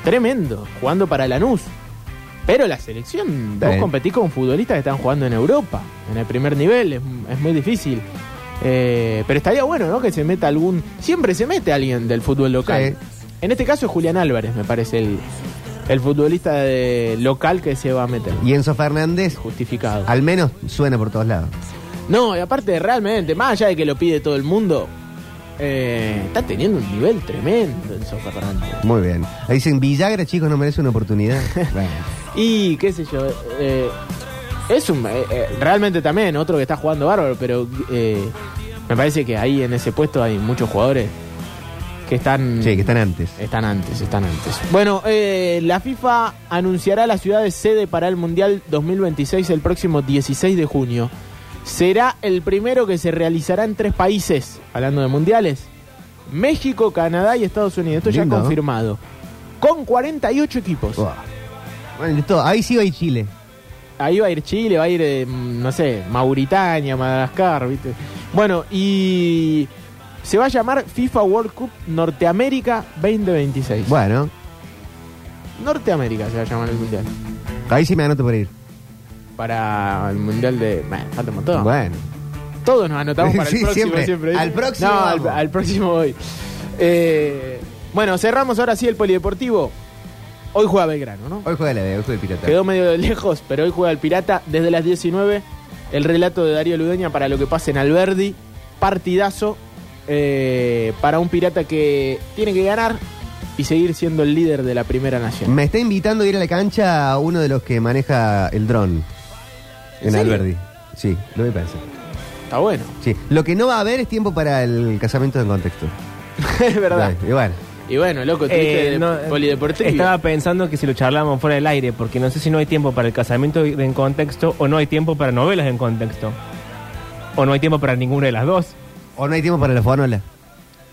G: Tremendo. Jugando para Lanús. Pero la selección.
J: Está
G: vos
J: bien.
G: competís con futbolistas que están jugando en Europa. En el primer nivel. Es, es muy difícil. Eh, pero estaría bueno, ¿no? Que se meta algún. Siempre se mete alguien del fútbol local. En este caso es Julián Álvarez, me parece el. El futbolista de- local que se va a meter.
J: Y Enzo Fernández.
G: Justificado.
J: Al menos suena por todos lados.
G: No, y aparte realmente, más allá de que lo pide todo el mundo, eh, está teniendo un nivel tremendo Enzo Fernández.
J: Muy bien. Ahí dicen, Villagra, chicos, no merece una
G: [LAUGHS]
J: oportunidad. Bueno.
G: Y qué sé yo, eh, es un eh, eh, realmente también otro que está jugando bárbaro, pero eh, me parece que ahí en ese puesto hay muchos jugadores que están
J: Sí, que están antes.
G: están antes, están antes. Bueno, eh, la FIFA anunciará la ciudad de sede para el Mundial 2026 el próximo 16 de junio. Será el primero que se realizará en tres países, hablando de mundiales. México, Canadá y Estados Unidos. Esto
J: Lindo,
G: ya
J: ¿no?
G: confirmado. Con 48 equipos.
J: Buah. Bueno, listo. Ahí sí va a ir Chile.
G: Ahí va a ir Chile, va a ir, eh, mm, no sé, Mauritania, Madagascar, ¿viste? Bueno, y se va a llamar FIFA World Cup Norteamérica 2026.
J: Bueno,
G: Norteamérica se va a llamar el mundial.
J: ahí sí me anoto por ir.
G: Para el mundial de. Bueno, falta un
H: Ah.
G: montón.
J: Bueno.
G: Todos nos anotamos para
J: [LAUGHS] Sí,
G: el próximo
J: siempre.
G: siempre. ¿viste?
J: Al próximo
G: No, al,
J: vamos.
G: al próximo hoy. Eh, bueno, cerramos ahora sí el polideportivo. Hoy juega Belgrano, ¿no?
J: Hoy juega la B, hoy juega el Pirata.
G: Quedó medio de lejos, pero hoy juega el Pirata desde las 19. El relato de Darío Ludeña para lo que pasa en Alberdi. Partidazo eh, para un Pirata que tiene que ganar y seguir siendo el líder de la Primera Nación.
J: Me está invitando a ir a la cancha uno de los que maneja el dron.
G: ¿En
J: En
G: serio?
J: Alberdi. Sí, lo voy a pensar.
G: Está bueno, [LAUGHS]
J: Sí. Lo que no va a haber es tiempo para el casamiento en contexto.
G: es verdad.
J: Dale, Y bueno.
G: Y bueno, loco, triste
H: Eh,
G: de-
H: no,
G: polideportivo.
H: Estaba pensando que si lo charlamos fuera del aire, porque no sé si no hay tiempo para el casamiento en contexto o no hay tiempo para novelas en contexto. O no hay tiempo para ninguna de las dos.
J: O no hay tiempo para la fonola.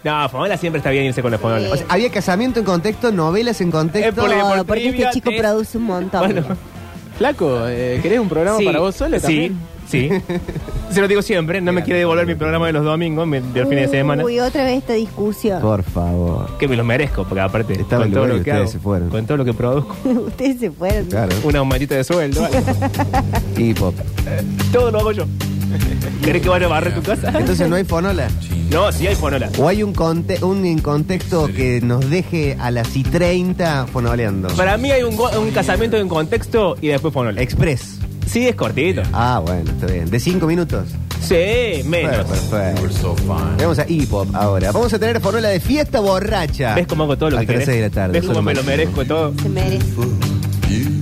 H: No, Fonola siempre está bien irse con la Fonola.
J: O sea, había casamiento en contexto, novelas en contexto.
H: Es
J: Ah,
H: polideportivo.
I: Todo, Eh, porque este chico produce un montón.
H: Bueno.
G: Flaco, eh, ¿querés un programa
H: Sí,
G: para vos solo
H: Sí,
G: también?
H: sí.
J: este
H: Se lo digo siempre, no me quiere devolver mi programa de los domingos, mi- de los fines de semana.
I: Uy, otra vez esta discusión.
J: [LAUGHS] Por favor.
H: Que me los merezco, porque aparte,
J: Estaba
H: con
J: el
H: todo
J: lugar
H: lo
J: y
H: que
J: ustedes
H: hago,
J: se fueron.
H: con todo lo que produzco,
I: [LAUGHS] Ustedes se fueron.
J: Claro.
H: una aumentita de sueldo, algo.
J: Hip hop.
H: todo lo hago
J: [LAUGHS]
H: yo. ¿Querés que vaya a barrer tu casa?
J: Entonces no hay fonola.
H: No, sí hay Fonola.
J: O hay un, conte- un contexto que nos deje a las y 30 fonoleando.
H: Para mí hay un, go- un casamiento en contexto y después Fonola.
J: Express.
H: Sí, es cortito.
J: Ah, bueno, está bien. De 5 minutos.
H: Sí, menos.
J: Perfecto. Vamos a hip hop ahora. Vamos a tener fonola de fiesta borracha.
H: ¿Ves cómo hago todo lo
J: Hasta
H: que
J: las
H: querés?
J: seis de la tarde.
H: ¿Ves
J: Eso es
H: cómo me lo
J: máximo.
H: merezco todo?
I: Se merece.